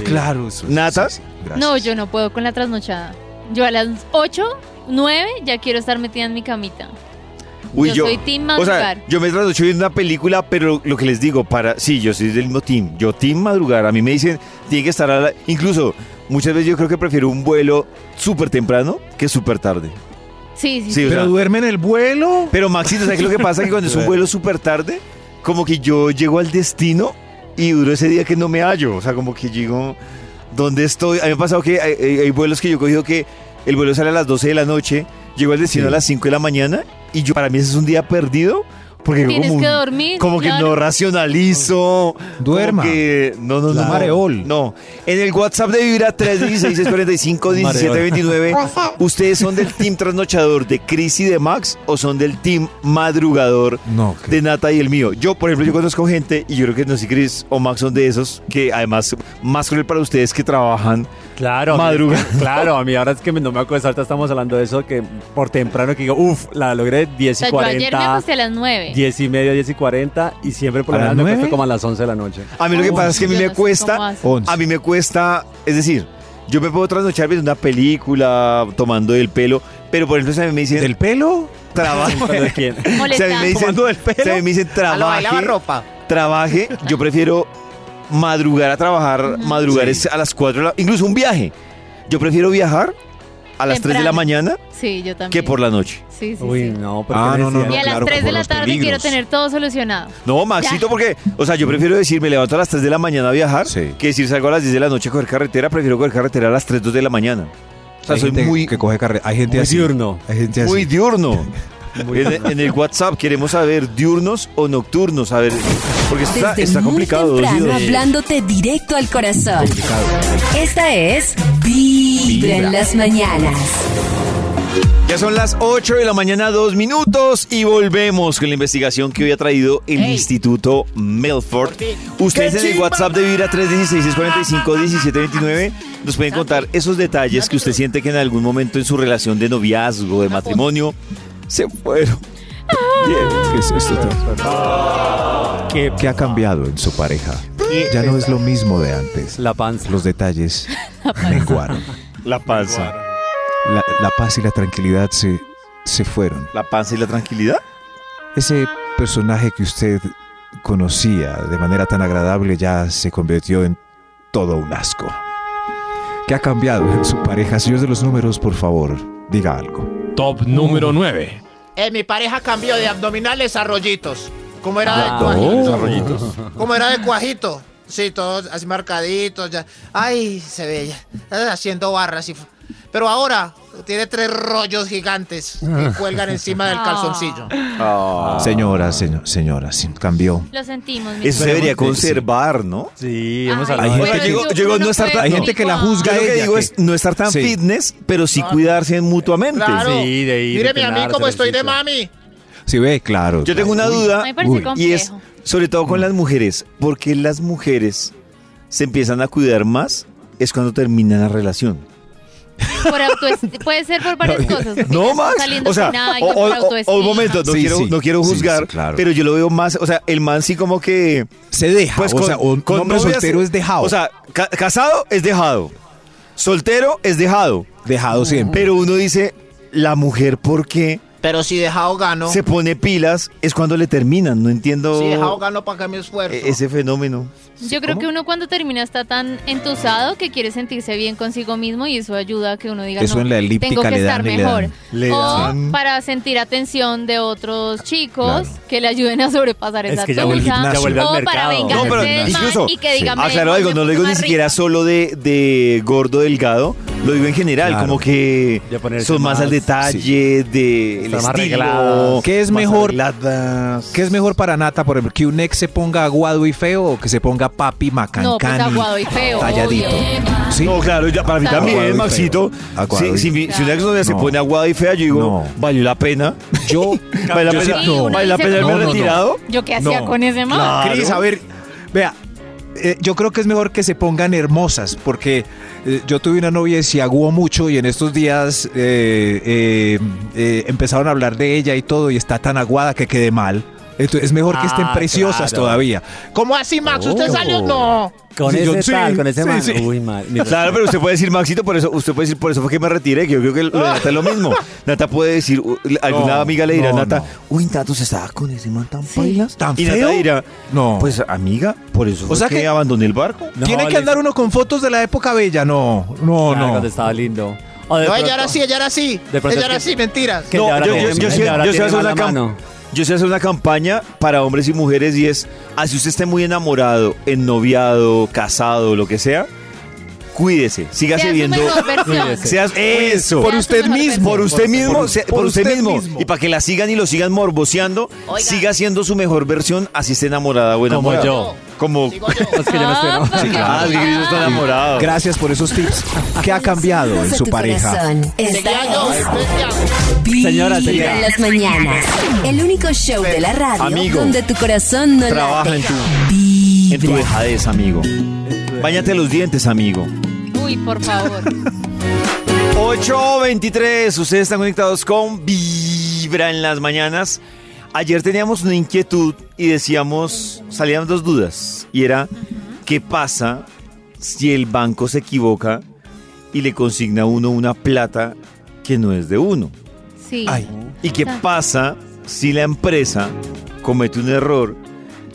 [SPEAKER 4] Claro. eso-
[SPEAKER 3] ¿Nata?
[SPEAKER 4] sí, sí, gracias.
[SPEAKER 5] No, yo no puedo con la trasnochada. Yo a las 8, 9 ya quiero estar metida en mi camita.
[SPEAKER 3] Uy,
[SPEAKER 5] Yo
[SPEAKER 3] yo,
[SPEAKER 5] soy team
[SPEAKER 3] o sea,
[SPEAKER 5] madrugar.
[SPEAKER 3] yo me trasnoché viendo una película, pero lo que les digo, para, sí, yo soy del mismo team, yo team madrugar, a mí me dicen, tiene que estar a la- incluso muchas veces yo creo que prefiero un vuelo súper temprano que súper tarde.
[SPEAKER 5] Sí, sí.
[SPEAKER 3] Sí, o
[SPEAKER 4] ¿Pero
[SPEAKER 3] sea-
[SPEAKER 4] duerme en el vuelo?
[SPEAKER 3] Pero Maxito, ¿sabes qué es lo que pasa? Que cuando es un vuelo súper tarde, como que yo llego al destino y duro ese día que no me hallo. O sea, como que digo, ¿dónde estoy? A mí me ha pasado que hay, hay- hay vuelos que yo he cogido que el vuelo sale a las 12 de la noche, llego al destino a las 5 de la mañana y yo para mí ese es un día perdido. Porque
[SPEAKER 5] Tienes
[SPEAKER 3] como,
[SPEAKER 5] que
[SPEAKER 3] un-
[SPEAKER 5] dormir,
[SPEAKER 3] como que
[SPEAKER 5] claro.
[SPEAKER 3] no racionalizo.
[SPEAKER 4] Duerma.
[SPEAKER 3] como que- no, no, no.
[SPEAKER 4] Claro. Mareol.
[SPEAKER 3] No. En el WhatsApp de Vibra 316 1729
[SPEAKER 5] Pues, eh.
[SPEAKER 3] ¿Ustedes son del team trasnochador de Chris y de Max o son del team madrugador
[SPEAKER 4] No, que-
[SPEAKER 3] de Nata y el mío? Yo, por ejemplo, yo conozco gente y yo creo que no sé si Chris o Max son de esos que además, más cruel para ustedes que trabajan.
[SPEAKER 10] Claro, a mí-
[SPEAKER 3] Madruga.
[SPEAKER 10] Claro, a mí ahora es que me- no me acuerdo, ahorita estamos hablando de eso que por temprano que digo, uff, la logré
[SPEAKER 5] O
[SPEAKER 10] 10
[SPEAKER 5] sea,
[SPEAKER 10] y
[SPEAKER 5] yo ayer me
[SPEAKER 10] 40,
[SPEAKER 5] acosté a las 9.
[SPEAKER 10] 10 y media, 10 y 40 y siempre por
[SPEAKER 4] ¿A
[SPEAKER 10] la
[SPEAKER 4] las
[SPEAKER 10] mañana me acuesto
[SPEAKER 4] nueve?
[SPEAKER 10] como a las 11 de la noche.
[SPEAKER 3] A mí lo que
[SPEAKER 5] Uy,
[SPEAKER 3] pasa es que a mí
[SPEAKER 5] yo
[SPEAKER 3] me
[SPEAKER 5] no sé cómo
[SPEAKER 3] cuesta,
[SPEAKER 5] hacen.
[SPEAKER 4] Once.
[SPEAKER 3] a mí me cuesta, es decir, yo me puedo trasnochar viendo una película, tomando el pelo, pero por ejemplo, si a mí me dicen,
[SPEAKER 4] ¿Del pelo?
[SPEAKER 3] trabajo.
[SPEAKER 10] Cuando quiera.
[SPEAKER 3] Si a mí me
[SPEAKER 5] Molestando.
[SPEAKER 3] dicen, si a mí me dicen, trabaje,
[SPEAKER 7] ropa.
[SPEAKER 3] trabaje, yo prefiero madrugar a trabajar, madrugar es a las 4, de la- incluso un viaje. Yo prefiero viajar a las 3 de la
[SPEAKER 5] Temprano.
[SPEAKER 3] mañana
[SPEAKER 5] Sí, yo también.
[SPEAKER 3] que por la noche.
[SPEAKER 5] Sí, sí,
[SPEAKER 10] Uy,
[SPEAKER 5] sí.
[SPEAKER 10] no, pero
[SPEAKER 4] Ah,
[SPEAKER 10] qué
[SPEAKER 4] no, no,
[SPEAKER 10] necesidad.
[SPEAKER 5] y a las
[SPEAKER 4] claro,
[SPEAKER 5] 3 de
[SPEAKER 4] por
[SPEAKER 5] la
[SPEAKER 4] los
[SPEAKER 5] tarde quiero
[SPEAKER 4] peligros.
[SPEAKER 5] tener todo solucionado.
[SPEAKER 3] No, Maxito,
[SPEAKER 5] Ya.
[SPEAKER 3] porque, o sea, yo prefiero decir, me levanto a las 3 de la mañana a viajar,
[SPEAKER 4] Sí.
[SPEAKER 3] que decir salgo a las 10 de la noche a coger carretera, prefiero coger carretera a las 3, 2 de la mañana. O sea,
[SPEAKER 4] Hay
[SPEAKER 3] soy
[SPEAKER 4] gente
[SPEAKER 3] muy,
[SPEAKER 4] que coge carrera. Hay gente
[SPEAKER 10] Muy
[SPEAKER 4] así.
[SPEAKER 10] diurno.
[SPEAKER 4] Hay gente así.
[SPEAKER 3] muy diurno. En, en el WhatsApp queremos saber diurnos o nocturnos, a ver, porque está,
[SPEAKER 2] Desde
[SPEAKER 3] está
[SPEAKER 2] muy
[SPEAKER 3] complicado. dos y
[SPEAKER 2] temprano,
[SPEAKER 3] dos.
[SPEAKER 2] hablándote directo al corazón. Esta es Vibra en las mañanas.
[SPEAKER 3] Ya son las 8 de la mañana, dos minutos, y volvemos con la investigación que hoy ha traído el
[SPEAKER 1] Ey.
[SPEAKER 3] Instituto Melford.
[SPEAKER 1] Por fin.
[SPEAKER 3] Ustedes
[SPEAKER 1] ¡Qué
[SPEAKER 3] en el
[SPEAKER 1] chimba!
[SPEAKER 3] WhatsApp de Vibra 316-645-1729 nos pueden contar esos detalles que usted siente que en algún momento en su relación de noviazgo, de matrimonio, se fueron.
[SPEAKER 1] Ah.
[SPEAKER 4] ¿Qué es esto? ¿Qué ha cambiado en su pareja? Ya no es lo mismo de antes.
[SPEAKER 10] La panza.
[SPEAKER 4] Los detalles menguaron.
[SPEAKER 3] La panza.
[SPEAKER 4] La, la paz y la tranquilidad se, se fueron.
[SPEAKER 3] ¿La panza y la tranquilidad?
[SPEAKER 4] Ese personaje que usted conocía de manera tan agradable ya se convirtió en todo un asco. ¿Qué ha cambiado en su pareja? Señor de los números, por favor, diga algo.
[SPEAKER 9] Top número 9.
[SPEAKER 1] Eh, mi pareja cambió de abdominales a rollitos. Como era de
[SPEAKER 10] Ah,
[SPEAKER 1] cuajito.
[SPEAKER 3] Los rollitos.
[SPEAKER 1] Como era de cuajito. Sí, todos así marcaditos. Ya. Ay, se ve ya. eh, Haciendo barras. Y... Pero ahora tiene tres rollos gigantes que cuelgan encima del
[SPEAKER 5] Ah.
[SPEAKER 1] calzoncillo.
[SPEAKER 3] Ah.
[SPEAKER 4] Señora, señor, señora, sí, cambió.
[SPEAKER 5] Lo sentimos. mi
[SPEAKER 3] Eso se
[SPEAKER 5] amor.
[SPEAKER 3] debería conservar, ¿no?
[SPEAKER 10] Sí, hemos
[SPEAKER 5] Ay,
[SPEAKER 4] Hay
[SPEAKER 10] hablado de
[SPEAKER 4] gente
[SPEAKER 5] pero
[SPEAKER 4] que-
[SPEAKER 5] yo-
[SPEAKER 3] llegó- llegó
[SPEAKER 5] uno
[SPEAKER 3] no estar-
[SPEAKER 5] puede
[SPEAKER 4] hay gente que la
[SPEAKER 5] conflictuar.
[SPEAKER 4] juzga.
[SPEAKER 3] Yo lo que
[SPEAKER 4] ella
[SPEAKER 3] digo
[SPEAKER 4] que-
[SPEAKER 3] es no estar tan
[SPEAKER 4] Sí.
[SPEAKER 3] fitness, pero sí cuidarse mutuamente.
[SPEAKER 1] Claro.
[SPEAKER 10] Sí, de ir,
[SPEAKER 1] Míreme a mí
[SPEAKER 10] entrenar,
[SPEAKER 1] como
[SPEAKER 10] hacer
[SPEAKER 1] estoy de
[SPEAKER 10] ejercicio.
[SPEAKER 1] mami.
[SPEAKER 4] Sí, ve, claro.
[SPEAKER 3] Yo tengo una
[SPEAKER 4] claro.
[SPEAKER 3] duda
[SPEAKER 5] Me parece
[SPEAKER 4] Uy.
[SPEAKER 5] complejo.
[SPEAKER 3] y es sobre todo con las mujeres, porque las mujeres se empiezan a cuidar más es cuando terminan la relación.
[SPEAKER 5] Por autoesti- puede ser por varias cosas.
[SPEAKER 3] No más.
[SPEAKER 5] Saliendo
[SPEAKER 3] O sea,
[SPEAKER 5] sin nada y
[SPEAKER 3] o,
[SPEAKER 5] con
[SPEAKER 3] o-
[SPEAKER 5] por
[SPEAKER 3] o-
[SPEAKER 5] autoestima.
[SPEAKER 3] o un momento, no
[SPEAKER 4] Sí,
[SPEAKER 3] quiero,
[SPEAKER 4] sí.
[SPEAKER 3] no quiero
[SPEAKER 4] Sí, sí,
[SPEAKER 3] juzgar,
[SPEAKER 4] claro.
[SPEAKER 3] pero yo lo veo más, o sea, el man sí como que
[SPEAKER 4] Se deja.
[SPEAKER 3] pues
[SPEAKER 4] o sea, un
[SPEAKER 3] con
[SPEAKER 4] hombre
[SPEAKER 3] novias-
[SPEAKER 4] soltero es dejado.
[SPEAKER 3] O sea, ca- casado es dejado. Soltero es dejado,
[SPEAKER 4] dejado siempre.
[SPEAKER 3] pero uno dice la mujer por qué
[SPEAKER 1] Pero si dejado gano.
[SPEAKER 3] se pone pilas es cuando le terminan, no entiendo
[SPEAKER 1] Si dejado gano, ¿para que me esfuerzo?
[SPEAKER 3] e- ese fenómeno.
[SPEAKER 5] Yo creo que uno cuando termina está tan entusado que quiere sentirse bien consigo mismo y eso ayuda a que uno diga,
[SPEAKER 4] Eso
[SPEAKER 5] "No,
[SPEAKER 4] en la elíptica
[SPEAKER 5] tengo que
[SPEAKER 4] le
[SPEAKER 5] estar
[SPEAKER 4] dan y le
[SPEAKER 5] mejor.
[SPEAKER 4] dan.
[SPEAKER 3] Le
[SPEAKER 5] o
[SPEAKER 3] dan.
[SPEAKER 5] para sentir atención de otros chicos
[SPEAKER 4] Claro.
[SPEAKER 5] que le ayuden a sobrepasar
[SPEAKER 10] Es
[SPEAKER 5] esa
[SPEAKER 10] que ya
[SPEAKER 5] tusa,
[SPEAKER 10] vuelve- ya vuelve al
[SPEAKER 5] o para
[SPEAKER 10] mercado.
[SPEAKER 5] vengarse
[SPEAKER 3] No, pero
[SPEAKER 5] del man
[SPEAKER 3] incluso-
[SPEAKER 5] y que diga, "Me
[SPEAKER 3] Aclaro algo,
[SPEAKER 5] me
[SPEAKER 3] no lo
[SPEAKER 5] puse
[SPEAKER 3] digo ni
[SPEAKER 5] más
[SPEAKER 3] siquiera
[SPEAKER 5] rico".
[SPEAKER 3] solo de, de gordo, delgado, lo digo en general,
[SPEAKER 4] Claro.
[SPEAKER 3] como que
[SPEAKER 10] De ponerse
[SPEAKER 3] son más,
[SPEAKER 10] más,
[SPEAKER 3] al detalle, de el
[SPEAKER 10] Estar más
[SPEAKER 3] estilo.
[SPEAKER 10] arregladas.
[SPEAKER 4] ¿Qué es
[SPEAKER 3] más
[SPEAKER 4] mejor?
[SPEAKER 3] arregladas.
[SPEAKER 4] ¿Qué es mejor para Nata, por ejemplo, que un ex se ponga aguado y feo o que se ponga papi macancani?
[SPEAKER 5] No, pues aguado y feo.
[SPEAKER 4] Talladito.
[SPEAKER 5] obvio.
[SPEAKER 4] ¿Sí?
[SPEAKER 3] No, claro, ya, para mí
[SPEAKER 5] Aguado
[SPEAKER 4] y
[SPEAKER 3] también,
[SPEAKER 4] feo.
[SPEAKER 3] Maxito.
[SPEAKER 4] Aguado
[SPEAKER 3] Si,
[SPEAKER 4] y-
[SPEAKER 3] si mi- si una ex se
[SPEAKER 4] No.
[SPEAKER 3] pone aguada y fea, yo digo,
[SPEAKER 4] No.
[SPEAKER 3] valió la pena.
[SPEAKER 4] Yo,
[SPEAKER 3] Vale la
[SPEAKER 4] yo
[SPEAKER 3] pena,
[SPEAKER 5] Sí, uno
[SPEAKER 3] vale la
[SPEAKER 5] dice
[SPEAKER 3] pena
[SPEAKER 5] como-
[SPEAKER 3] haberme retirado.
[SPEAKER 5] Yo qué hacía
[SPEAKER 4] No,
[SPEAKER 5] con ese man.
[SPEAKER 3] claro.
[SPEAKER 4] Cris, a ver, vea, eh, yo creo que es mejor que se pongan hermosas, porque eh, yo tuve una novia y se aguó mucho y en estos días eh, eh, eh, empezaron a hablar de ella y todo y está tan aguada que quedé mal. Entonces, es mejor que estén
[SPEAKER 10] Ah,
[SPEAKER 4] preciosas
[SPEAKER 10] claro.
[SPEAKER 4] todavía.
[SPEAKER 1] ¿Cómo así, Max? ¿Usted
[SPEAKER 4] Oh.
[SPEAKER 1] salió? No.
[SPEAKER 10] Con
[SPEAKER 4] Sí,
[SPEAKER 10] ese
[SPEAKER 4] yo- sí,
[SPEAKER 10] tal, con ese
[SPEAKER 4] sí,
[SPEAKER 10] man.
[SPEAKER 4] sí.
[SPEAKER 10] Uy, madre, mi
[SPEAKER 3] Claro, pero usted puede decir, Maxito, por eso, usted puede decir, por eso fue que me retiré, que yo creo que lo de Nata es lo mismo. Nata puede decir, u- alguna
[SPEAKER 4] No,
[SPEAKER 3] amiga le dirá a
[SPEAKER 4] no,
[SPEAKER 3] Nata,
[SPEAKER 4] no.
[SPEAKER 3] uy, Tato se estaba con ese man tan pailas.
[SPEAKER 4] ¿Tan
[SPEAKER 3] y Nata
[SPEAKER 4] feo?
[SPEAKER 3] dirá,
[SPEAKER 4] No.
[SPEAKER 3] pues amiga, por eso fue
[SPEAKER 4] sea
[SPEAKER 3] que,
[SPEAKER 4] que-
[SPEAKER 3] abandoné el barco.
[SPEAKER 10] No,
[SPEAKER 4] Tiene que
[SPEAKER 10] le-
[SPEAKER 4] andar uno con fotos de la época bella. No, no,
[SPEAKER 3] "Ah,
[SPEAKER 10] Claro, Cuando
[SPEAKER 4] no.
[SPEAKER 10] estaba lindo. O de
[SPEAKER 1] No, ella
[SPEAKER 10] pronto-
[SPEAKER 1] era así, ella era así.
[SPEAKER 10] De pronto
[SPEAKER 1] Ella
[SPEAKER 10] es
[SPEAKER 1] era
[SPEAKER 10] que-
[SPEAKER 1] así, mentiras.
[SPEAKER 10] que
[SPEAKER 3] No,
[SPEAKER 10] ya ahora
[SPEAKER 3] yo, yo,
[SPEAKER 10] tiene-
[SPEAKER 3] yo sí-
[SPEAKER 10] ya ahora
[SPEAKER 3] yo sí
[SPEAKER 10] tiene
[SPEAKER 3] hago una
[SPEAKER 10] mala
[SPEAKER 3] cam-
[SPEAKER 10] mano.
[SPEAKER 3] yo sé hacer una campaña para hombres y mujeres y es, así usted esté muy enamorado, ennoviado, casado, lo que sea, cuídese, sígase
[SPEAKER 5] Sea su
[SPEAKER 3] viendo.
[SPEAKER 5] mejor versión.
[SPEAKER 10] Cuídese.
[SPEAKER 3] Seas eso.
[SPEAKER 5] Por Sea usted su mejor mismo. versión.
[SPEAKER 3] Por usted
[SPEAKER 10] Por-
[SPEAKER 3] mismo.
[SPEAKER 10] por-
[SPEAKER 3] se-
[SPEAKER 4] por
[SPEAKER 3] por usted
[SPEAKER 4] usted
[SPEAKER 3] mismo.
[SPEAKER 4] mismo.
[SPEAKER 3] Y para que la sigan y lo sigan morboseando,
[SPEAKER 5] Oiga.
[SPEAKER 3] siga siendo su mejor versión, así esté enamorada o
[SPEAKER 10] Como
[SPEAKER 3] enamorado.
[SPEAKER 10] yo.
[SPEAKER 3] Como.
[SPEAKER 1] Sigo yo.
[SPEAKER 10] Es que yo no estoy
[SPEAKER 5] Ah,
[SPEAKER 10] enamorado.
[SPEAKER 5] porque-
[SPEAKER 3] Ah, es que Gris no está enamorado.
[SPEAKER 4] Gracias por esos tips. ¿Qué ha cambiado en
[SPEAKER 2] Pasa
[SPEAKER 4] su
[SPEAKER 2] tu
[SPEAKER 4] pareja?
[SPEAKER 2] corazón. Esta
[SPEAKER 1] Seguía yo,
[SPEAKER 2] es
[SPEAKER 1] entonces, ¿qué hago?
[SPEAKER 10] Señora,
[SPEAKER 2] Vibra
[SPEAKER 10] señora.
[SPEAKER 2] en las mañanas. El único show de la radio
[SPEAKER 3] Amigo,
[SPEAKER 2] donde tu corazón no
[SPEAKER 3] Trabaja
[SPEAKER 2] late.
[SPEAKER 3] en tu, en tu
[SPEAKER 2] Vibra.
[SPEAKER 3] dejadez, amigo. Báñate los dientes, amigo.
[SPEAKER 5] Uy, por favor.
[SPEAKER 3] 8.23, ustedes están conectados con Vibra en las mañanas. Ayer teníamos una inquietud y decíamos, salían dos dudas, y era, ¿qué pasa si el banco se equivoca y le consigna a uno una plata que no es de uno?
[SPEAKER 5] Sí.
[SPEAKER 4] Ay.
[SPEAKER 3] ¿Y qué
[SPEAKER 5] Exacto.
[SPEAKER 3] pasa si la empresa comete un error,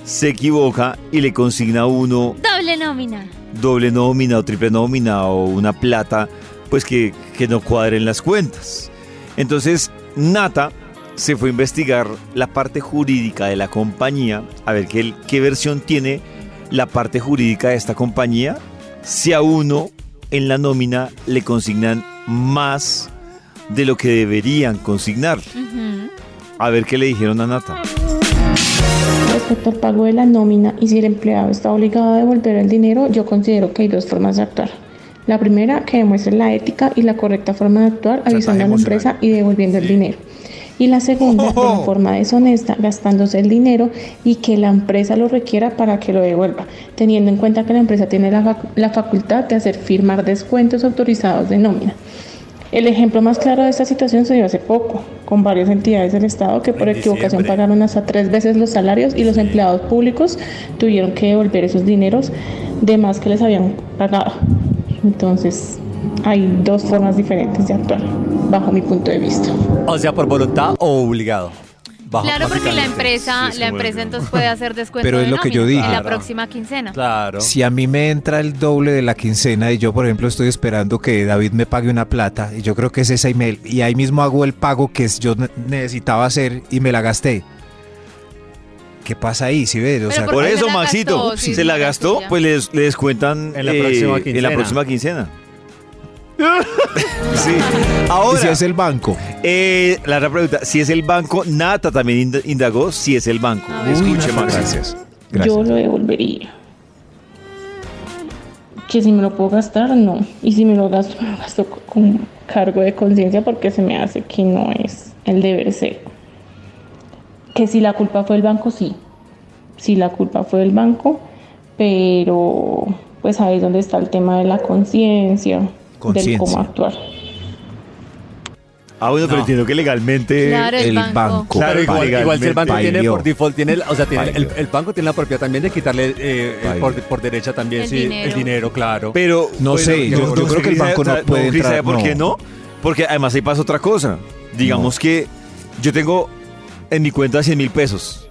[SPEAKER 3] se equivoca y le consigna a uno
[SPEAKER 5] Doble nómina.
[SPEAKER 3] doble nómina o triple nómina o una plata, pues que, que no cuadren las cuentas. Entonces, Nata se fue a investigar la parte jurídica de la compañía, a ver qué, qué versión tiene la parte jurídica de esta compañía, si a uno en la nómina le consignan más de lo que deberían consignar.
[SPEAKER 6] Mm.
[SPEAKER 5] Ujú.
[SPEAKER 3] A ver qué le dijeron a Nata.
[SPEAKER 12] Respecto al pago de la nómina y si el empleado está obligado a devolver el dinero, yo considero que hay dos formas de actuar. La primera, que demuestre la ética y la correcta forma de actuar avisando a la
[SPEAKER 4] emocional.
[SPEAKER 12] empresa y devolviendo el dinero. Y la segunda, de una forma deshonesta, gastándose el dinero y que la empresa lo requiera para que lo devuelva, teniendo en cuenta que la empresa tiene la, facu- la facultad de hacer firmar descuentos autorizados de nómina. El ejemplo más claro de esta situación se dio hace poco, con varias entidades del Estado que por
[SPEAKER 10] En
[SPEAKER 12] equivocación
[SPEAKER 10] diciembre.
[SPEAKER 12] pagaron hasta tres veces los salarios y los empleados públicos tuvieron que devolver esos dineros de más que les habían pagado. Entonces, hay dos formas diferentes de actuar, bajo mi punto de vista.
[SPEAKER 10] O sea, por voluntad o obligado. Bajo-
[SPEAKER 5] Claro, porque la
[SPEAKER 10] básicamente.
[SPEAKER 5] empresa,
[SPEAKER 10] Sí, es
[SPEAKER 5] la
[SPEAKER 10] como
[SPEAKER 5] empresa
[SPEAKER 10] el-
[SPEAKER 5] entonces puede hacer descuento
[SPEAKER 4] Pero
[SPEAKER 5] de
[SPEAKER 4] es lo que
[SPEAKER 5] nómina
[SPEAKER 4] yo dije.
[SPEAKER 5] en la
[SPEAKER 10] Claro.
[SPEAKER 5] próxima quincena.
[SPEAKER 10] Claro.
[SPEAKER 4] Si a mí me entra el doble de la quincena y yo, por ejemplo, estoy esperando que David me pague una plata, y yo creo que es esa email, y ahí mismo hago el pago que yo ne- necesitaba hacer y me la gasté. ¿Qué pasa ahí? Si ves, o
[SPEAKER 5] Pero
[SPEAKER 4] sea,
[SPEAKER 5] ¿por
[SPEAKER 3] Por
[SPEAKER 5] qué se
[SPEAKER 3] eso,
[SPEAKER 5] la
[SPEAKER 3] Maxito,
[SPEAKER 5] gastó? Sí,
[SPEAKER 3] se
[SPEAKER 5] es
[SPEAKER 3] la
[SPEAKER 5] una
[SPEAKER 3] gastó,
[SPEAKER 5] suya.
[SPEAKER 3] pues les, les cuentan eh,
[SPEAKER 10] En la próxima
[SPEAKER 3] en la
[SPEAKER 10] quincena.
[SPEAKER 3] próxima quincena. sí. Ahora,
[SPEAKER 4] ¿y si es el banco.
[SPEAKER 3] eh, la otra pregunta, si es el banco, Nata también ind- indagó si es el banco.
[SPEAKER 5] A ver.
[SPEAKER 3] Escuche, Max.
[SPEAKER 4] Gracias.
[SPEAKER 12] Yo
[SPEAKER 4] Gracias.
[SPEAKER 12] lo devolvería. Que si me lo puedo gastar, no. Y si me lo gasto, me lo gasto co- con cargo de conciencia porque se me hace que no es el deber ser. Que si la culpa fue el banco, sí. Si la culpa fue el banco, pero pues ahí es donde está el tema de la conciencia, del cómo
[SPEAKER 4] Conciencia.
[SPEAKER 12] actuar.
[SPEAKER 3] Ah, bueno, pero
[SPEAKER 10] No.
[SPEAKER 3] entiendo que legalmente.
[SPEAKER 5] Claro, el,
[SPEAKER 4] el
[SPEAKER 5] banco.
[SPEAKER 4] banco.
[SPEAKER 10] Claro, igual,
[SPEAKER 3] Legalmente
[SPEAKER 10] igual si el banco tiene
[SPEAKER 4] bailó.
[SPEAKER 10] por default, tiene, el- o sea, tiene el,
[SPEAKER 4] Bailó.
[SPEAKER 10] el banco tiene la propiedad también de quitarle eh, eh, por,
[SPEAKER 4] Bailó.
[SPEAKER 10] por derecha también
[SPEAKER 5] El
[SPEAKER 10] sí, el
[SPEAKER 5] dinero.
[SPEAKER 10] dinero, claro.
[SPEAKER 3] Pero.
[SPEAKER 4] No
[SPEAKER 3] pero-
[SPEAKER 4] sé, yo- yo
[SPEAKER 3] pero-
[SPEAKER 4] creo que el
[SPEAKER 3] ¿sabe-
[SPEAKER 4] banco no
[SPEAKER 3] sabe-
[SPEAKER 4] puede
[SPEAKER 3] Cris, ¿sabe
[SPEAKER 4] entrar,
[SPEAKER 3] por qué no?
[SPEAKER 4] no.
[SPEAKER 3] Porque además ahí pasa otra cosa. Digamos que yo tengo en mi cuenta 100 mil pesos.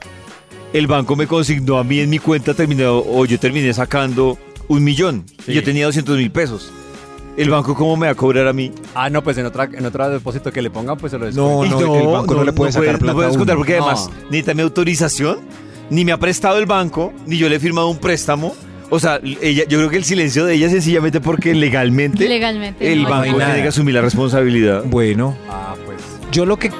[SPEAKER 3] El banco me consignó a mí en mi cuenta, terminado, o yo terminé sacando un millón.
[SPEAKER 10] Sí.
[SPEAKER 3] Y yo tenía 200 mil pesos. ¿El banco cómo me va a cobrar a mí?
[SPEAKER 10] ah, no, pues en otra en otro depósito que le pongan, pues se lo
[SPEAKER 4] No,
[SPEAKER 3] Y
[SPEAKER 10] descuentan.
[SPEAKER 4] no, el banco no le puede sacar plata
[SPEAKER 3] No puede
[SPEAKER 4] a uno.
[SPEAKER 3] descontar porque además
[SPEAKER 10] No.
[SPEAKER 3] ni mi autorización, ni me ha prestado el banco, ni yo le he firmado un préstamo. O sea, ella, yo creo que el silencio de ella es sencillamente porque legalmente
[SPEAKER 5] Legalmente.
[SPEAKER 3] el
[SPEAKER 5] no.
[SPEAKER 4] hay
[SPEAKER 3] banco
[SPEAKER 4] nada.
[SPEAKER 3] tiene que asumir la responsabilidad.
[SPEAKER 4] Bueno,
[SPEAKER 10] Ah, pues.
[SPEAKER 4] yo lo que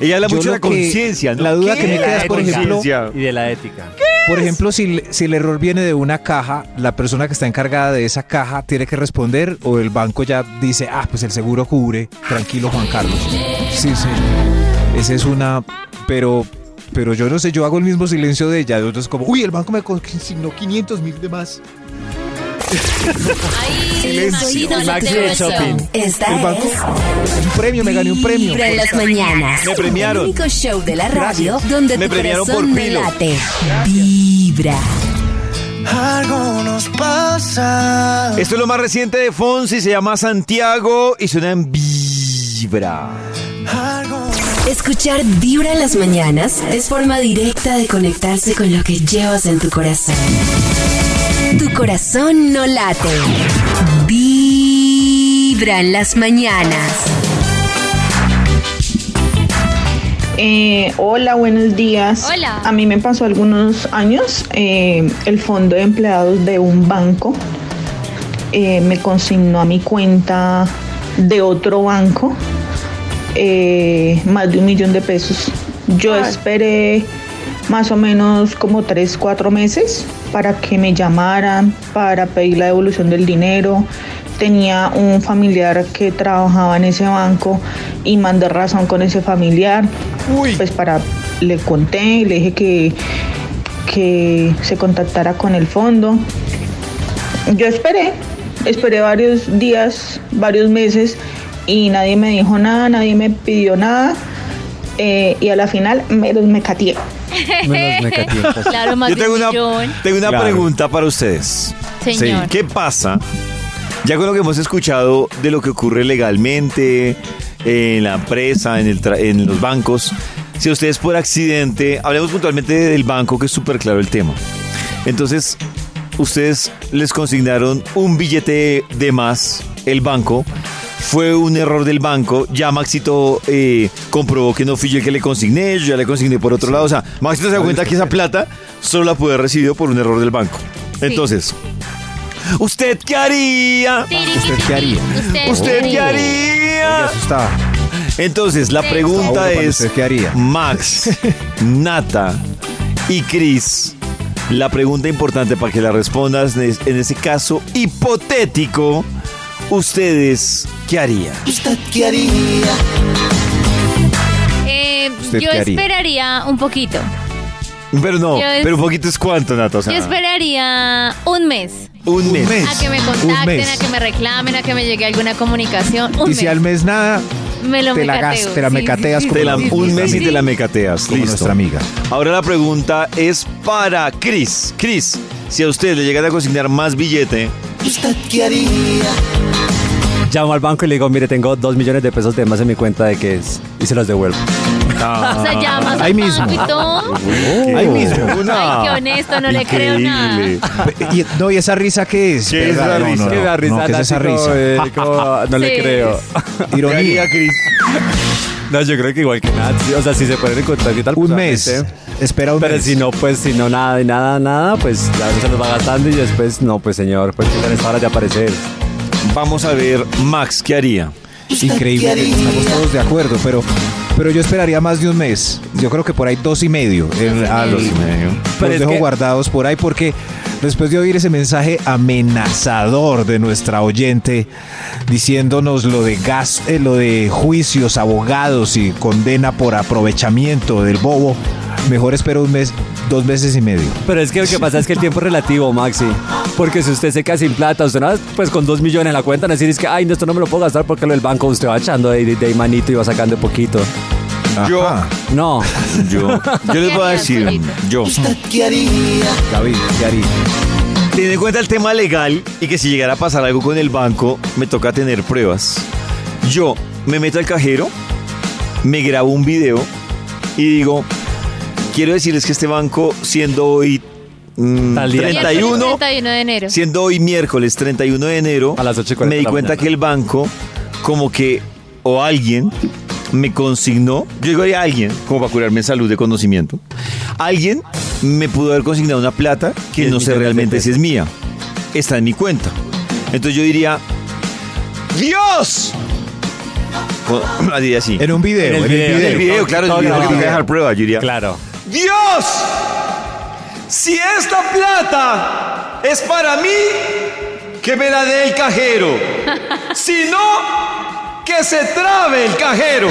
[SPEAKER 3] Ella habla
[SPEAKER 4] Yo
[SPEAKER 3] mucho de
[SPEAKER 4] lo
[SPEAKER 3] la
[SPEAKER 4] que-
[SPEAKER 3] conciencia, ¿no?
[SPEAKER 4] la duda
[SPEAKER 3] ¿Qué
[SPEAKER 4] que me
[SPEAKER 3] es
[SPEAKER 4] queda
[SPEAKER 3] la
[SPEAKER 4] es, por ejemplo,
[SPEAKER 3] conciencia?
[SPEAKER 10] Y de la ética.
[SPEAKER 2] Pues
[SPEAKER 4] Por ejemplo, si, el- si el error viene de una caja, la persona que está encargada de esa caja tiene que responder o el banco ya dice, ah, pues el seguro cubre, tranquilo Juan Carlos. Sí, sí. Esa es una... Pero, pero yo no sé, yo hago el mismo silencio de ella. De otros como, uy, el banco me consignó 500 mil de más. Silencio.
[SPEAKER 2] no le
[SPEAKER 4] Maxi
[SPEAKER 2] creo
[SPEAKER 4] de
[SPEAKER 2] eso.
[SPEAKER 4] shopping.
[SPEAKER 2] Esta
[SPEAKER 4] El banco.
[SPEAKER 2] es
[SPEAKER 4] Un premio, me gané un premio.
[SPEAKER 2] Vibra en las mañanas.
[SPEAKER 3] Me premiaron.
[SPEAKER 2] El único show de la radio
[SPEAKER 3] Gracias.
[SPEAKER 2] donde
[SPEAKER 3] Me
[SPEAKER 2] tu
[SPEAKER 3] premiaron
[SPEAKER 2] corazón
[SPEAKER 3] por
[SPEAKER 2] no
[SPEAKER 3] Pilo.
[SPEAKER 2] late. Vibra.
[SPEAKER 6] Algo nos pasa.
[SPEAKER 3] Esto es lo más reciente de Fonsi, se llama Santiago y suena en vibra.
[SPEAKER 2] Escuchar Vibra en las mañanas es forma directa de conectarse con lo que llevas en tu corazón. Tu corazón no late. Vibra en las mañanas.
[SPEAKER 13] Eh, hola, buenos días.
[SPEAKER 5] Hola.
[SPEAKER 13] A mí me pasó algunos años eh, el fondo de empleados de un banco eh, me consignó a mi cuenta de otro banco eh, más de un millón de pesos. Yo esperé más o menos como tres, cuatro meses para que me llamaran, para pedir la devolución del dinero. Tenía un familiar que trabajaba en ese banco y mandé razón con ese familiar. Pues para, le conté y le dije que, que se contactara con el fondo. Yo esperé, esperé varios días, varios meses y nadie me dijo nada, nadie me pidió nada eh, y a la final me los me cateé.
[SPEAKER 3] Menos negativas.
[SPEAKER 5] Claro, más
[SPEAKER 3] Yo tengo
[SPEAKER 5] de un
[SPEAKER 3] una,
[SPEAKER 5] millón.
[SPEAKER 3] tengo una
[SPEAKER 5] Claro.
[SPEAKER 3] pregunta para ustedes.
[SPEAKER 5] Señor.
[SPEAKER 3] ¿Qué pasa? Ya con lo que hemos escuchado de lo que ocurre legalmente, en la empresa, en, el tra- en los bancos, si ustedes por accidente, hablemos puntualmente del banco, que es súper claro el tema. Entonces, ustedes les consignaron un billete de más el banco. Fue un error del banco. Ya Maxito eh, comprobó que no fui yo el que le consigné, yo ya le consigné por otro lado. O sea, Maxito se da cuenta que esa plata solo la pude haber recibido por un error del banco. Entonces, ¿usted qué haría?
[SPEAKER 4] ¿Usted qué haría?
[SPEAKER 3] ¿Usted, qué haría? Entonces, la pregunta
[SPEAKER 4] Ahora, ¿para
[SPEAKER 3] es,
[SPEAKER 4] usted qué haría?
[SPEAKER 3] Max, Nata y Chris, la pregunta importante para que la respondas es, en ese caso hipotético, ¿ustedes qué harían?
[SPEAKER 6] ¿Usted qué haría?
[SPEAKER 5] Eh,
[SPEAKER 3] ¿Usted
[SPEAKER 5] yo
[SPEAKER 3] qué haría?
[SPEAKER 5] esperaría un poquito.
[SPEAKER 3] Pero no,
[SPEAKER 5] Yo es-
[SPEAKER 3] pero un poquito es cuánto, Nata. O sea,
[SPEAKER 5] Yo esperaría un mes.
[SPEAKER 3] un mes.
[SPEAKER 5] A que me
[SPEAKER 4] Un
[SPEAKER 5] contacten,
[SPEAKER 4] mes.
[SPEAKER 5] a que me reclamen, a que me llegue alguna comunicación. Un
[SPEAKER 4] Y
[SPEAKER 5] mes.
[SPEAKER 4] si al mes nada,
[SPEAKER 5] me lo
[SPEAKER 4] te la
[SPEAKER 5] mecateo,
[SPEAKER 4] gas- te la
[SPEAKER 5] sí,
[SPEAKER 4] mecateas
[SPEAKER 5] sí,
[SPEAKER 4] como
[SPEAKER 5] sí,
[SPEAKER 3] Te la-
[SPEAKER 5] sí,
[SPEAKER 3] un
[SPEAKER 5] sí,
[SPEAKER 3] mes y
[SPEAKER 5] sí.
[SPEAKER 3] te la mecateas.
[SPEAKER 4] Como
[SPEAKER 3] Listo.
[SPEAKER 4] nuestra amiga.
[SPEAKER 3] Ahora la pregunta es para Chris. Chris, si a usted le llegara a consignar más billete,
[SPEAKER 6] ¿Usted qué haría?
[SPEAKER 10] Llamo al banco y le digo, mire, tengo dos millones de pesos de más en mi cuenta de que es. Y se los devuelvo.
[SPEAKER 5] O sea, llamas
[SPEAKER 10] Ahí
[SPEAKER 5] al
[SPEAKER 10] mismo.
[SPEAKER 5] banco y todo.
[SPEAKER 4] ahí mismo.
[SPEAKER 5] Ay, qué honesto, no le creo nada.
[SPEAKER 4] Y, no, ¿y esa risa qué es?
[SPEAKER 10] ¿Qué es
[SPEAKER 4] ¿Verdad?
[SPEAKER 10] la
[SPEAKER 4] No,
[SPEAKER 10] risa?
[SPEAKER 4] no,
[SPEAKER 10] ¿Qué es la
[SPEAKER 4] no,
[SPEAKER 10] risa?
[SPEAKER 4] no, ¿qué es esa
[SPEAKER 10] Así como,
[SPEAKER 4] risa? Ah,
[SPEAKER 10] eh, como, no le
[SPEAKER 5] Sí.
[SPEAKER 10] creo.
[SPEAKER 4] Ironía.
[SPEAKER 3] Chris?
[SPEAKER 10] No, yo creo que igual que nada. sí, O sea, si se ponen en contacto y tal. Un mes.
[SPEAKER 4] Espera un
[SPEAKER 10] Pero si no, pues si no, nada, nada, nada, pues la se los va gastando y después, no, pues señor, pues que les horas de aparecer.
[SPEAKER 3] vamos a ver, Max, ¿qué haría?
[SPEAKER 4] Increíble, estamos todos de acuerdo, pero, pero yo esperaría más de un mes. Yo creo que por ahí dos y medio. el- a los,
[SPEAKER 10] Pero
[SPEAKER 4] los
[SPEAKER 10] es
[SPEAKER 4] dejo
[SPEAKER 10] que-
[SPEAKER 4] guardados por ahí porque después de oír ese mensaje amenazador de nuestra oyente diciéndonos lo de gas, eh, lo de juicios, abogados y condena por aprovechamiento del bobo, mejor espero un mes, dos meses y medio.
[SPEAKER 10] Pero es que lo que pasa es que el tiempo es relativo, Maxi. Porque si usted se queda sin plata, usted no, pues con dos millones en la cuenta, no decir es que, ay, no, esto no me lo puedo gastar porque lo del banco usted va echando de, de, de ahí manito y va sacando de poquito.
[SPEAKER 3] Yo,
[SPEAKER 10] No.
[SPEAKER 3] yo, yo les voy a decir, yo.
[SPEAKER 6] ¿Qué haría?
[SPEAKER 4] David, ¿qué haría?
[SPEAKER 3] Teniendo en cuenta el tema legal y que si llegara a pasar algo con el banco, me toca tener pruebas. Yo me meto al cajero, me grabo un video y digo, quiero decirles que este banco, siendo hoy mm,
[SPEAKER 10] Tal día.
[SPEAKER 5] Miércoles
[SPEAKER 3] 31,
[SPEAKER 5] 31 de enero.
[SPEAKER 3] siendo hoy miércoles 31 de enero,
[SPEAKER 10] A las 8:40
[SPEAKER 3] me di
[SPEAKER 10] de la
[SPEAKER 3] cuenta
[SPEAKER 10] mañana.
[SPEAKER 3] que el banco, como que, o alguien me consignó, yo digo "Oye, alguien, como para curarme en salud de conocimiento, alguien me pudo haber consignado una plata que
[SPEAKER 10] Diez
[SPEAKER 3] no sé
[SPEAKER 10] millones de
[SPEAKER 3] realmente si
[SPEAKER 10] pesos.
[SPEAKER 3] es mía, está en mi cuenta. Entonces yo diría, ¡Dios! Con- Diría así.
[SPEAKER 4] En un video, en el video.
[SPEAKER 3] En el video, claro, en el
[SPEAKER 10] Todo
[SPEAKER 3] video que
[SPEAKER 10] grabado.
[SPEAKER 3] toca dejar prueba, yo diría.
[SPEAKER 10] Claro.
[SPEAKER 3] Dios, si esta plata es para mí, que me la dé el cajero. Si no, que se trabe el cajero.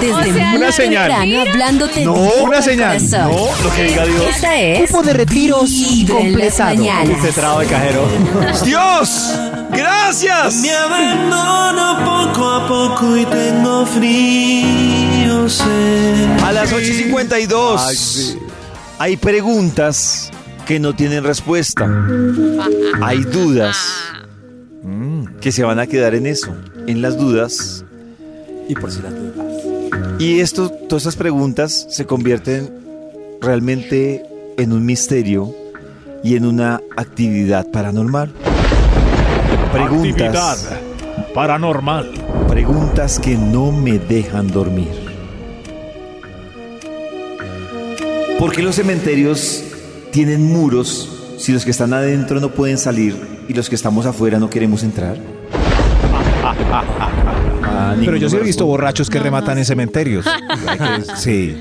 [SPEAKER 2] Desde
[SPEAKER 5] O sea,
[SPEAKER 2] muy
[SPEAKER 5] una señal.
[SPEAKER 2] temprano hablándote
[SPEAKER 3] No,
[SPEAKER 2] directo
[SPEAKER 3] una
[SPEAKER 2] al
[SPEAKER 3] señal.
[SPEAKER 2] corazón.
[SPEAKER 3] No, lo que diga Dios.
[SPEAKER 2] Esta es. Grupo de retiros completado.
[SPEAKER 7] Este trago de cajero.
[SPEAKER 3] ¡Dios! ¡Gracias!
[SPEAKER 11] Me abandono poco a poco y tengo frío. sé.
[SPEAKER 3] A las 8.52 hay preguntas que no tienen respuesta. Hay dudas
[SPEAKER 10] Mm.
[SPEAKER 3] que se van a quedar en eso, en las dudas.
[SPEAKER 10] Y por si las dudas.
[SPEAKER 3] Y esto, todas estas preguntas se convierten realmente en un misterio y en una actividad paranormal. Preguntas.
[SPEAKER 9] paranormal.
[SPEAKER 3] Preguntas que no me dejan dormir. ¿Por qué los cementerios tienen muros si los que están adentro no pueden salir y los que estamos afuera no queremos entrar? Ah,
[SPEAKER 4] Pero yo sí he
[SPEAKER 3] ninguno
[SPEAKER 4] visto
[SPEAKER 3] responde.
[SPEAKER 4] borrachos que
[SPEAKER 5] No,
[SPEAKER 4] rematan
[SPEAKER 5] no.
[SPEAKER 4] en cementerios. Sí.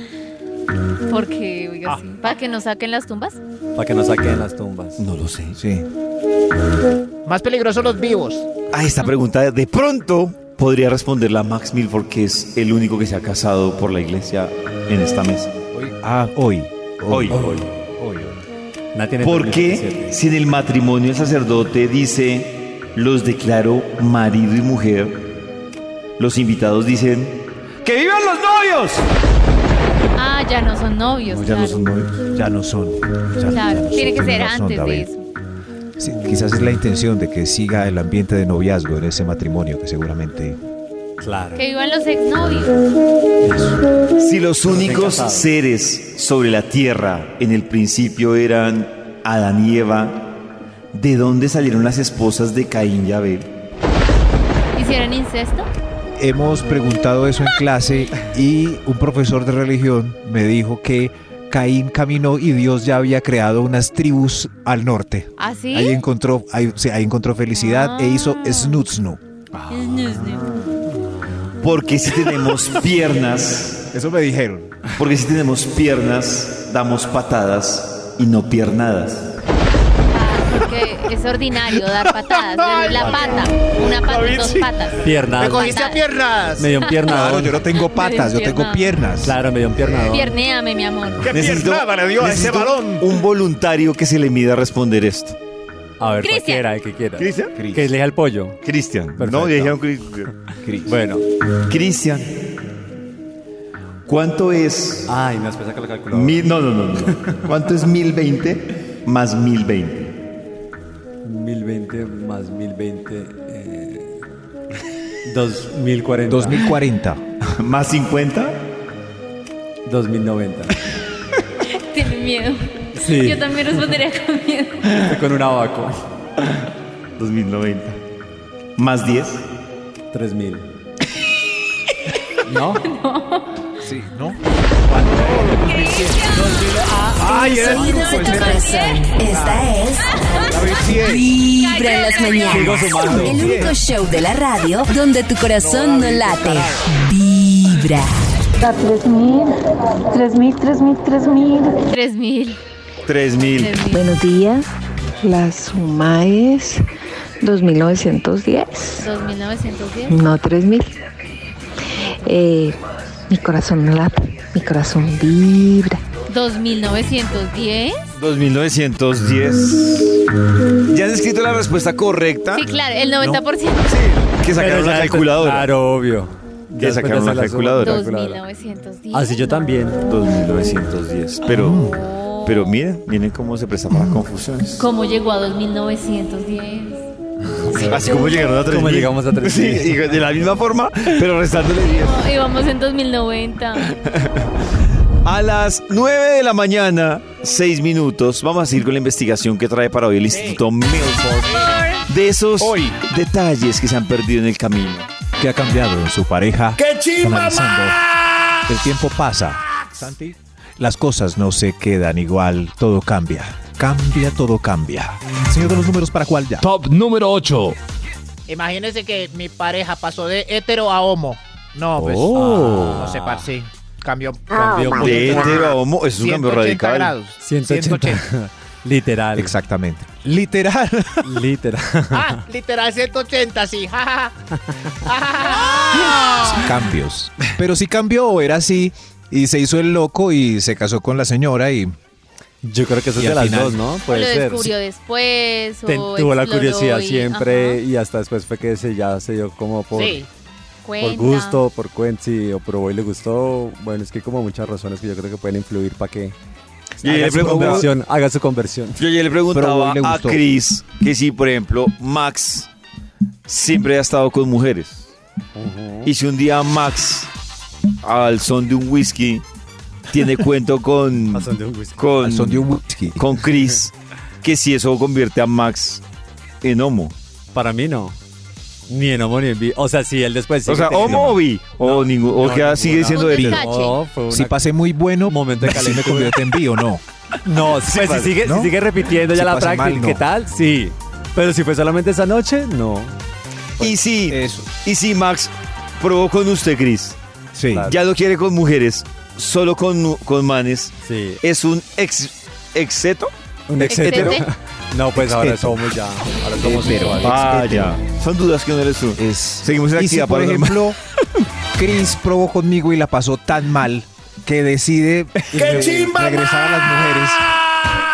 [SPEAKER 5] Porque, oiga, sí. ¿Para que nos saquen las tumbas?
[SPEAKER 10] Para que no saquen las tumbas.
[SPEAKER 3] No lo sé.
[SPEAKER 4] Sí.
[SPEAKER 1] Más peligrosos los vivos.
[SPEAKER 3] A Ah, esta pregunta de pronto podría responderla Max Milford, que es el único que se ha casado por la iglesia en esta mesa.
[SPEAKER 4] Ah, hoy.
[SPEAKER 3] Hoy.
[SPEAKER 10] Nada tiene
[SPEAKER 3] ¿Por
[SPEAKER 10] 37.
[SPEAKER 3] qué si en el matrimonio el sacerdote dice, los declaro marido y mujer, los invitados dicen, ¡que vivan los novios!
[SPEAKER 5] Ah, ya no son novios.
[SPEAKER 4] No, ya no
[SPEAKER 5] claro.
[SPEAKER 4] son novios. Ya no son. Ya- ya
[SPEAKER 5] Claro,
[SPEAKER 4] no
[SPEAKER 5] tiene que
[SPEAKER 4] son.
[SPEAKER 5] ser
[SPEAKER 4] Tienes razón,
[SPEAKER 5] antes de
[SPEAKER 4] David.
[SPEAKER 5] eso.
[SPEAKER 4] Sí, quizás es la intención de que siga el ambiente de noviazgo en ese matrimonio que seguramente...
[SPEAKER 10] Claro.
[SPEAKER 5] Que vivan los exnovios.
[SPEAKER 3] Si los únicos
[SPEAKER 10] casados.
[SPEAKER 3] seres sobre la tierra en el principio eran Adán y Eva, ¿de dónde salieron las esposas de Caín y Abel?
[SPEAKER 5] ¿Hicieron incesto?
[SPEAKER 4] Hemos preguntado eso en clase y un profesor de religión me dijo que Caín caminó y Dios ya había creado unas tribus al norte.
[SPEAKER 5] ¿Ah, sí?
[SPEAKER 4] Ahí encontró, ahí, sí, ahí encontró felicidad e hizo
[SPEAKER 5] Ah.
[SPEAKER 4] snutsnu.
[SPEAKER 3] Porque si tenemos piernas,
[SPEAKER 4] Eso me dijeron.
[SPEAKER 3] porque si tenemos piernas, damos patadas y no piernadas.
[SPEAKER 5] Ah, porque es ordinario dar patadas. La- La pata, una pata, dos patas.
[SPEAKER 1] Me
[SPEAKER 10] Piernas.
[SPEAKER 1] cogiste a piernas.
[SPEAKER 10] Me dio un
[SPEAKER 4] Claro,
[SPEAKER 10] piernadón.
[SPEAKER 4] yo no tengo patas, yo tengo piernas.
[SPEAKER 10] Claro, me dio un piernadón.
[SPEAKER 5] Piernéame, mi amor.
[SPEAKER 3] piernada le dio a ese balón? Un voluntario que se le mida a responder esto.
[SPEAKER 10] A ver,
[SPEAKER 5] Cristian.
[SPEAKER 10] cualquiera, el que quiera.
[SPEAKER 3] ¿Cristian?
[SPEAKER 10] Que elija el pollo.
[SPEAKER 3] Cristian.
[SPEAKER 10] Perfecto.
[SPEAKER 3] No, le dijeron Cristian.
[SPEAKER 10] Bueno.
[SPEAKER 3] Cristian. ¿Cuánto es
[SPEAKER 10] Ay, me has pensado que lo calculó.
[SPEAKER 3] mil? No, no, no, no. ¿Cuánto es mil veinte más mil veinte?
[SPEAKER 10] 1020 más 1020. Eh, 2040.
[SPEAKER 4] 2040.
[SPEAKER 3] ¿Más cincuenta?
[SPEAKER 10] 2090.
[SPEAKER 5] Tienes miedo.
[SPEAKER 10] Sí.
[SPEAKER 5] Yo también respondería con miedo.
[SPEAKER 10] Con un abaco.
[SPEAKER 3] Dos mil noventa. ¿Más diez?
[SPEAKER 10] 3000. ¿No?
[SPEAKER 4] Sí, ¿no?
[SPEAKER 2] El sonido de tu corazón. Esta es. Vibra en las
[SPEAKER 10] Sigo
[SPEAKER 2] mañanas.
[SPEAKER 10] sumando.
[SPEAKER 2] El único show de la radio donde tu corazón no late. Vibra.
[SPEAKER 12] Da 3000, 3000, 3000, 3000.
[SPEAKER 5] Tres
[SPEAKER 3] Tres
[SPEAKER 5] mil.
[SPEAKER 3] mil.
[SPEAKER 5] tres mil,
[SPEAKER 14] Buenos días, la suma es 2910,
[SPEAKER 5] Dos mil novecientos diez.
[SPEAKER 14] no 3000. Eh, mi corazón no late, mi corazón vibra.
[SPEAKER 5] Dos mil novecientos diez.
[SPEAKER 3] 2910. ¿Ya han escrito la respuesta correcta?
[SPEAKER 5] Sí, claro, el 90%.
[SPEAKER 3] Que sacaron
[SPEAKER 10] Pero ya
[SPEAKER 3] la
[SPEAKER 10] después-
[SPEAKER 3] calculadora.
[SPEAKER 10] Claro, obvio. Ya después
[SPEAKER 3] sacaron
[SPEAKER 10] de
[SPEAKER 3] la
[SPEAKER 10] hacer suma,
[SPEAKER 3] calculadora.
[SPEAKER 10] la
[SPEAKER 5] 2910.
[SPEAKER 10] Ah, sí, yo también.
[SPEAKER 3] 2910. Pero, pero miren, miren cómo se prestan las confusiones.
[SPEAKER 5] ¿Cómo llegó a 2910?
[SPEAKER 3] Así como llegaron a 3000.
[SPEAKER 10] Como llegamos a 3000.
[SPEAKER 3] Sí, y de la misma forma, pero restándole 10.
[SPEAKER 5] No, íbamos en 2090.
[SPEAKER 3] A las 9 de la mañana, 6 minutos, vamos a seguir con la investigación que trae para hoy el Instituto Milford. De esos detalles que se han perdido en el camino.
[SPEAKER 4] ¿Qué ha cambiado en su pareja? ¡Qué El tiempo pasa. Las cosas no se quedan igual, todo cambia. Cambia, todo cambia. Señor de los números, ¿para cuál ya?
[SPEAKER 9] Top número 8.
[SPEAKER 1] Imagínense que mi pareja pasó de hétero a homo. No, pues.
[SPEAKER 4] Oh.
[SPEAKER 1] No sé, par, sí. Cambió.
[SPEAKER 5] Ah,
[SPEAKER 10] Cambió un
[SPEAKER 3] Ah, De
[SPEAKER 10] poquito.
[SPEAKER 3] hetero a homo, es un cambio
[SPEAKER 1] 180
[SPEAKER 3] radical.
[SPEAKER 1] grados.
[SPEAKER 10] 180. Literal.
[SPEAKER 4] Exactamente. Literal.
[SPEAKER 10] Literal.
[SPEAKER 1] Ah, literal 180, sí. Ja, ja, ja. Ja, ja, ja.
[SPEAKER 4] Cambios. Pero sí cambió, era así, y se hizo el loco y se casó con la señora y...
[SPEAKER 10] Yo creo que eso es de las dos, ¿no?
[SPEAKER 5] O lo descubrió después. O
[SPEAKER 10] Ten- tuvo la
[SPEAKER 5] exploró
[SPEAKER 10] curiosidad
[SPEAKER 5] y-
[SPEAKER 10] siempre y hasta después fue que se, ya se dio como
[SPEAKER 5] ajá.
[SPEAKER 10] por,
[SPEAKER 5] Sí.
[SPEAKER 10] por
[SPEAKER 5] Cuenta.
[SPEAKER 10] gusto, por cuenta, sí, o probó y le gustó. Bueno, es que hay como muchas razones que yo creo que pueden influir para que
[SPEAKER 3] Y le
[SPEAKER 10] haga su,
[SPEAKER 3] preguntaba-
[SPEAKER 10] conversión, haga su conversión.
[SPEAKER 3] Yo ayer le
[SPEAKER 10] Probó
[SPEAKER 3] preguntaba
[SPEAKER 10] y le
[SPEAKER 3] a
[SPEAKER 10] gustó.
[SPEAKER 3] Chris que si, por ejemplo, Max siempre ha estado con mujeres. Y si un día Max, al son de un whisky, tiene cuento con. Con,
[SPEAKER 4] Al son de un whisky.
[SPEAKER 3] Con Chris, que si eso convierte a Max en homo.
[SPEAKER 10] Para mí no. Ni en homo ni en bi. O sea, sí, él después.
[SPEAKER 3] O sea, homo o bi. O, ningú- o
[SPEAKER 10] no,
[SPEAKER 3] queda-
[SPEAKER 10] ninguna.
[SPEAKER 3] sigue siendo
[SPEAKER 10] Un
[SPEAKER 3] herido.
[SPEAKER 10] descache. No, fue una-
[SPEAKER 4] Si pasé muy bueno, momento
[SPEAKER 10] de
[SPEAKER 4] me
[SPEAKER 10] calentura.
[SPEAKER 4] convierte en bi o no.
[SPEAKER 10] No,
[SPEAKER 4] Sí
[SPEAKER 10] pues si
[SPEAKER 4] pasa,
[SPEAKER 10] sigue,
[SPEAKER 4] ¿no?
[SPEAKER 10] si sigue repitiendo
[SPEAKER 4] Si
[SPEAKER 10] ya la
[SPEAKER 4] pasa
[SPEAKER 10] práctica,
[SPEAKER 4] mal, no.
[SPEAKER 10] ¿qué tal? Sí. Pero si fue solamente esa noche, no. Pues,
[SPEAKER 3] Y si, y si Max probó con usted, Chris.
[SPEAKER 4] Sí.
[SPEAKER 3] Ya no quiere con mujeres, solo con, con manes.
[SPEAKER 10] Sí.
[SPEAKER 3] Es un ex, exeto.
[SPEAKER 10] Un
[SPEAKER 3] exetero.
[SPEAKER 10] exetero. No, pues ahora somos ya. Ahora somos
[SPEAKER 3] Pero
[SPEAKER 10] iguales.
[SPEAKER 3] vaya. Son dudas que no eres tú. Seguimos en
[SPEAKER 4] Y si,
[SPEAKER 3] pues, actividad
[SPEAKER 4] por
[SPEAKER 3] paranormal.
[SPEAKER 4] ejemplo, Chris probó conmigo y la pasó tan mal que decide eh, regresar a las mujeres.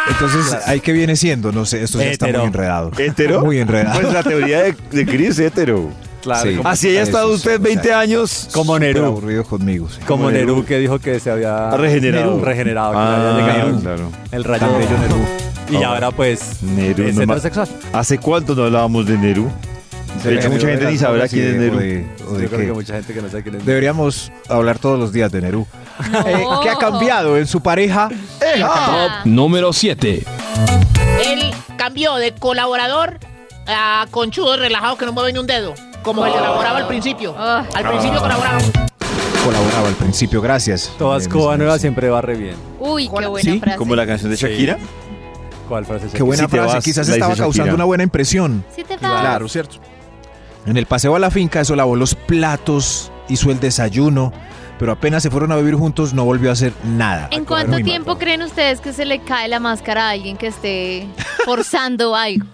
[SPEAKER 4] Entonces, ¿ahí que viene siendo? No sé, esto ya está
[SPEAKER 3] Hetero.
[SPEAKER 4] muy enredado.
[SPEAKER 3] ¿Hetero?
[SPEAKER 4] Muy enredado.
[SPEAKER 3] Pues la teoría de, de Chris, hetero.
[SPEAKER 4] Claro, como-
[SPEAKER 3] Así haya estado
[SPEAKER 4] Eso,
[SPEAKER 3] usted
[SPEAKER 4] sí,
[SPEAKER 3] 20
[SPEAKER 4] o sea,
[SPEAKER 3] años.
[SPEAKER 10] Como
[SPEAKER 4] Súper
[SPEAKER 10] Nerú.
[SPEAKER 4] aburrido conmigo. sí.
[SPEAKER 10] Como Nerú que dijo que se había
[SPEAKER 3] Regenerado.
[SPEAKER 10] Nerú, regenerado, que
[SPEAKER 3] Ah,
[SPEAKER 10] le había llegado
[SPEAKER 3] claro.
[SPEAKER 10] el rayo.
[SPEAKER 4] Tan bello Nerú.
[SPEAKER 10] Y ahora pues
[SPEAKER 3] Nerú,
[SPEAKER 10] es
[SPEAKER 3] no ma-
[SPEAKER 10] heterosexual.
[SPEAKER 3] ¿Hace cuánto no hablábamos de Neru?
[SPEAKER 4] Se
[SPEAKER 3] De
[SPEAKER 4] me
[SPEAKER 3] hecho, mucha
[SPEAKER 4] olvidó
[SPEAKER 3] gente
[SPEAKER 4] de
[SPEAKER 3] ni
[SPEAKER 4] las
[SPEAKER 3] sabrá
[SPEAKER 4] cosas
[SPEAKER 3] quién
[SPEAKER 4] y
[SPEAKER 3] es
[SPEAKER 4] de-
[SPEAKER 3] Nerú.
[SPEAKER 4] o de- o de
[SPEAKER 10] Yo creo
[SPEAKER 4] qué.
[SPEAKER 10] que mucha gente que no sabe quién es Nerú.
[SPEAKER 4] Deberíamos hablar todos los días de Nerú. Eh, ¿Qué ha cambiado en su pareja?
[SPEAKER 3] Ah.
[SPEAKER 9] Top número 7.
[SPEAKER 1] Él cambió de colaborador a conchudo relajado que no mueve ni un dedo. Como
[SPEAKER 3] Ah.
[SPEAKER 1] que colaboraba al principio. Al principio colaboraba.
[SPEAKER 4] ah, Colaboraba al principio, gracias.
[SPEAKER 10] Toda
[SPEAKER 4] Eh,
[SPEAKER 10] escoba nueva siempre va re bien.
[SPEAKER 5] Uy, qué buena
[SPEAKER 4] ¿Sí?
[SPEAKER 5] frase.
[SPEAKER 3] Como la canción de
[SPEAKER 10] Sí.
[SPEAKER 3] Shakira.
[SPEAKER 10] ¿Cuál frase? es
[SPEAKER 4] Qué
[SPEAKER 10] esa?
[SPEAKER 4] buena
[SPEAKER 3] Si te
[SPEAKER 4] frase,
[SPEAKER 3] vas,
[SPEAKER 4] quizás
[SPEAKER 3] la
[SPEAKER 4] estaba
[SPEAKER 3] dice Shakira.
[SPEAKER 4] causando una buena impresión.
[SPEAKER 5] Sí te vas.
[SPEAKER 4] Claro, cierto. En el paseo a la finca eso lavó los platos, hizo el desayuno, pero apenas se fueron a vivir juntos no volvió a hacer nada. A
[SPEAKER 5] ¿En
[SPEAKER 4] comer
[SPEAKER 5] cuánto
[SPEAKER 4] muy mal.
[SPEAKER 5] tiempo creen ustedes que se le cae la máscara a alguien que esté forzando algo?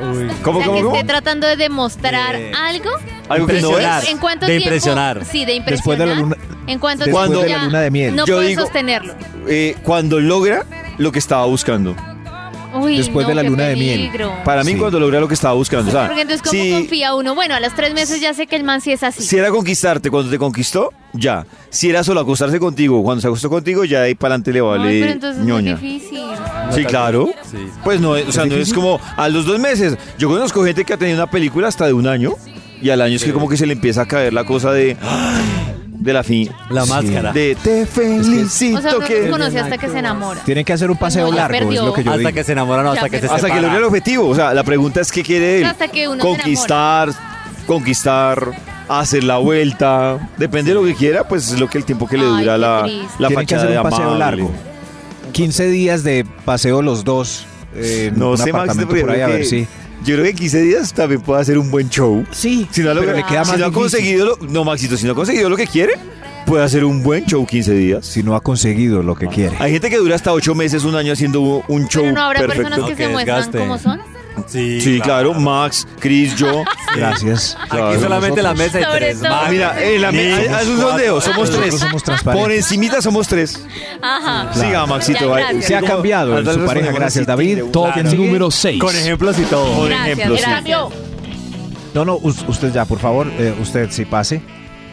[SPEAKER 10] Uy.
[SPEAKER 5] O
[SPEAKER 3] ¿Cómo,
[SPEAKER 5] sea,
[SPEAKER 3] cómo,
[SPEAKER 5] que
[SPEAKER 3] cómo?
[SPEAKER 5] esté tratando de demostrar algo.
[SPEAKER 3] Algo que no
[SPEAKER 10] Impresionar.
[SPEAKER 3] es.
[SPEAKER 5] ¿En cuánto
[SPEAKER 10] De
[SPEAKER 5] tiempo?
[SPEAKER 10] impresionar.
[SPEAKER 5] Sí, de impresionar.
[SPEAKER 4] Después de la luna-
[SPEAKER 5] ¿En cuánto
[SPEAKER 3] después
[SPEAKER 5] tiempo
[SPEAKER 3] de
[SPEAKER 5] ya
[SPEAKER 3] la
[SPEAKER 4] luna de miel.
[SPEAKER 5] No
[SPEAKER 3] Yo
[SPEAKER 5] puede
[SPEAKER 3] digo-
[SPEAKER 5] sostenerlo.
[SPEAKER 3] Eh, cuando logra lo que estaba buscando.
[SPEAKER 5] Uy,
[SPEAKER 4] Después
[SPEAKER 5] no,
[SPEAKER 4] de la
[SPEAKER 5] qué
[SPEAKER 4] luna de miel.
[SPEAKER 5] peligro.
[SPEAKER 3] Para mí,
[SPEAKER 4] Sí.
[SPEAKER 3] cuando logra lo que estaba buscando. O sea,
[SPEAKER 5] Porque entonces, ¿cómo
[SPEAKER 3] si,
[SPEAKER 5] confía uno? Bueno, a los tres meses ya sé que el man sí es así.
[SPEAKER 3] si era conquistarte cuando te conquistó, ya. Si era solo acostarse contigo, cuando se acostó contigo, ya de ahí para adelante le
[SPEAKER 5] Ay,
[SPEAKER 3] vale
[SPEAKER 5] pero entonces
[SPEAKER 3] ñoña.
[SPEAKER 5] es muy difícil.
[SPEAKER 3] Sí, claro.
[SPEAKER 10] Sí.
[SPEAKER 3] Pues no, o sea, no es como a los dos meses. Yo conozco gente que ha tenido una película hasta de un año y al año es que como que se le empieza a caer la cosa de ¡ay! de la fin.
[SPEAKER 10] La máscara.
[SPEAKER 3] De te felicito
[SPEAKER 5] O sea, uno
[SPEAKER 3] que
[SPEAKER 5] no conoce hasta que se enamora.
[SPEAKER 4] Tienen que hacer un paseo
[SPEAKER 5] No, ya
[SPEAKER 4] largo,
[SPEAKER 5] perdió.
[SPEAKER 4] es lo que yo
[SPEAKER 10] hasta
[SPEAKER 4] digo.
[SPEAKER 10] que se enamoran o hasta
[SPEAKER 5] Ya,
[SPEAKER 10] que se
[SPEAKER 5] pero-
[SPEAKER 3] hasta que
[SPEAKER 10] separan.
[SPEAKER 3] logre el objetivo. O sea, la pregunta es qué quiere él.
[SPEAKER 5] Hasta que uno se
[SPEAKER 3] Conquistar, conquistar, hacer la vuelta. Depende de lo que quiera, pues es lo que el tiempo que le
[SPEAKER 5] Ay,
[SPEAKER 3] dura
[SPEAKER 5] qué
[SPEAKER 3] la,
[SPEAKER 5] triste.
[SPEAKER 3] la
[SPEAKER 4] Tienen que
[SPEAKER 3] fachada
[SPEAKER 4] hacer
[SPEAKER 3] de
[SPEAKER 4] un paseo
[SPEAKER 3] amable.
[SPEAKER 4] largo. 15 días de paseo los dos. eh,
[SPEAKER 3] No
[SPEAKER 4] un
[SPEAKER 3] sé, Max,
[SPEAKER 4] apartamento
[SPEAKER 3] porque
[SPEAKER 4] por ahí,
[SPEAKER 3] creo
[SPEAKER 4] a ver,
[SPEAKER 3] que-
[SPEAKER 4] sí.
[SPEAKER 3] Yo creo que en 15 días también puede hacer un buen show.
[SPEAKER 4] Sí,
[SPEAKER 3] Si no, ha
[SPEAKER 4] pero
[SPEAKER 3] logrado-
[SPEAKER 4] le queda
[SPEAKER 3] si
[SPEAKER 4] más
[SPEAKER 3] no ha
[SPEAKER 4] difícil.
[SPEAKER 3] conseguido lo, no, Maxito, si no ha conseguido lo que quiere, puede hacer un buen show 15 días. Ah.
[SPEAKER 4] Si no ha conseguido lo que quiere.
[SPEAKER 3] Hay gente que dura hasta 8 meses, un año haciendo un show
[SPEAKER 5] Pero no habrá
[SPEAKER 3] perfecto.
[SPEAKER 5] personas que
[SPEAKER 10] No,
[SPEAKER 5] se
[SPEAKER 10] que
[SPEAKER 5] muestran
[SPEAKER 10] desgaste.
[SPEAKER 5] como son.
[SPEAKER 10] Sí,
[SPEAKER 3] Sí, claro, Max, Chris, yo.
[SPEAKER 4] Gracias.
[SPEAKER 3] Claro.
[SPEAKER 10] Aquí solamente la mesa de
[SPEAKER 5] Sobre
[SPEAKER 10] tres.
[SPEAKER 5] todo.
[SPEAKER 3] Ah,
[SPEAKER 10] Max,
[SPEAKER 3] mira, en la me-
[SPEAKER 10] Nick,
[SPEAKER 3] haz un
[SPEAKER 10] cuatro.
[SPEAKER 3] sondeo, somos
[SPEAKER 4] Nosotros
[SPEAKER 3] tres.
[SPEAKER 4] somos transparentes.
[SPEAKER 3] Por encimita somos tres.
[SPEAKER 5] Ajá. Pues
[SPEAKER 3] Siga, Maxito. ahí.
[SPEAKER 5] gracias.
[SPEAKER 4] Se ha
[SPEAKER 3] Como-
[SPEAKER 4] cambiado en
[SPEAKER 3] Haz
[SPEAKER 4] su
[SPEAKER 3] las
[SPEAKER 4] pareja,
[SPEAKER 3] respuestas
[SPEAKER 4] gracias
[SPEAKER 3] así,
[SPEAKER 4] David.
[SPEAKER 3] de-
[SPEAKER 9] Top
[SPEAKER 4] ¿Quién sigue?
[SPEAKER 9] número 6.
[SPEAKER 10] Con ejemplos y todo.
[SPEAKER 3] Por ejemplo, sí.
[SPEAKER 5] Cambió.
[SPEAKER 4] No, no, us- usted ya, por favor, eh, usted sí pase.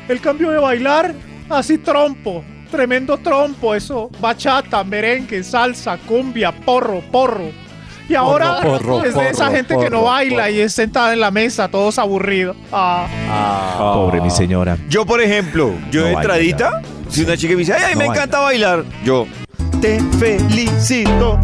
[SPEAKER 1] El cambio de bailar, así trompo. Tremendo trompo, eso. Bachata, merengue, salsa, cumbia, porro, porro. Y ahora
[SPEAKER 10] porro,
[SPEAKER 1] es de esa
[SPEAKER 10] porro,
[SPEAKER 1] gente que
[SPEAKER 10] porro,
[SPEAKER 1] no baila y es sentada en la mesa, todos aburridos. Ah.
[SPEAKER 10] Ah.
[SPEAKER 4] Pobre mi señora.
[SPEAKER 3] Yo, por ejemplo, yo
[SPEAKER 4] No
[SPEAKER 3] de
[SPEAKER 4] baila
[SPEAKER 3] entradita, si una chica me dice, ay, ay,
[SPEAKER 4] No
[SPEAKER 3] me
[SPEAKER 4] baila.
[SPEAKER 3] encanta bailar, yo te felicito.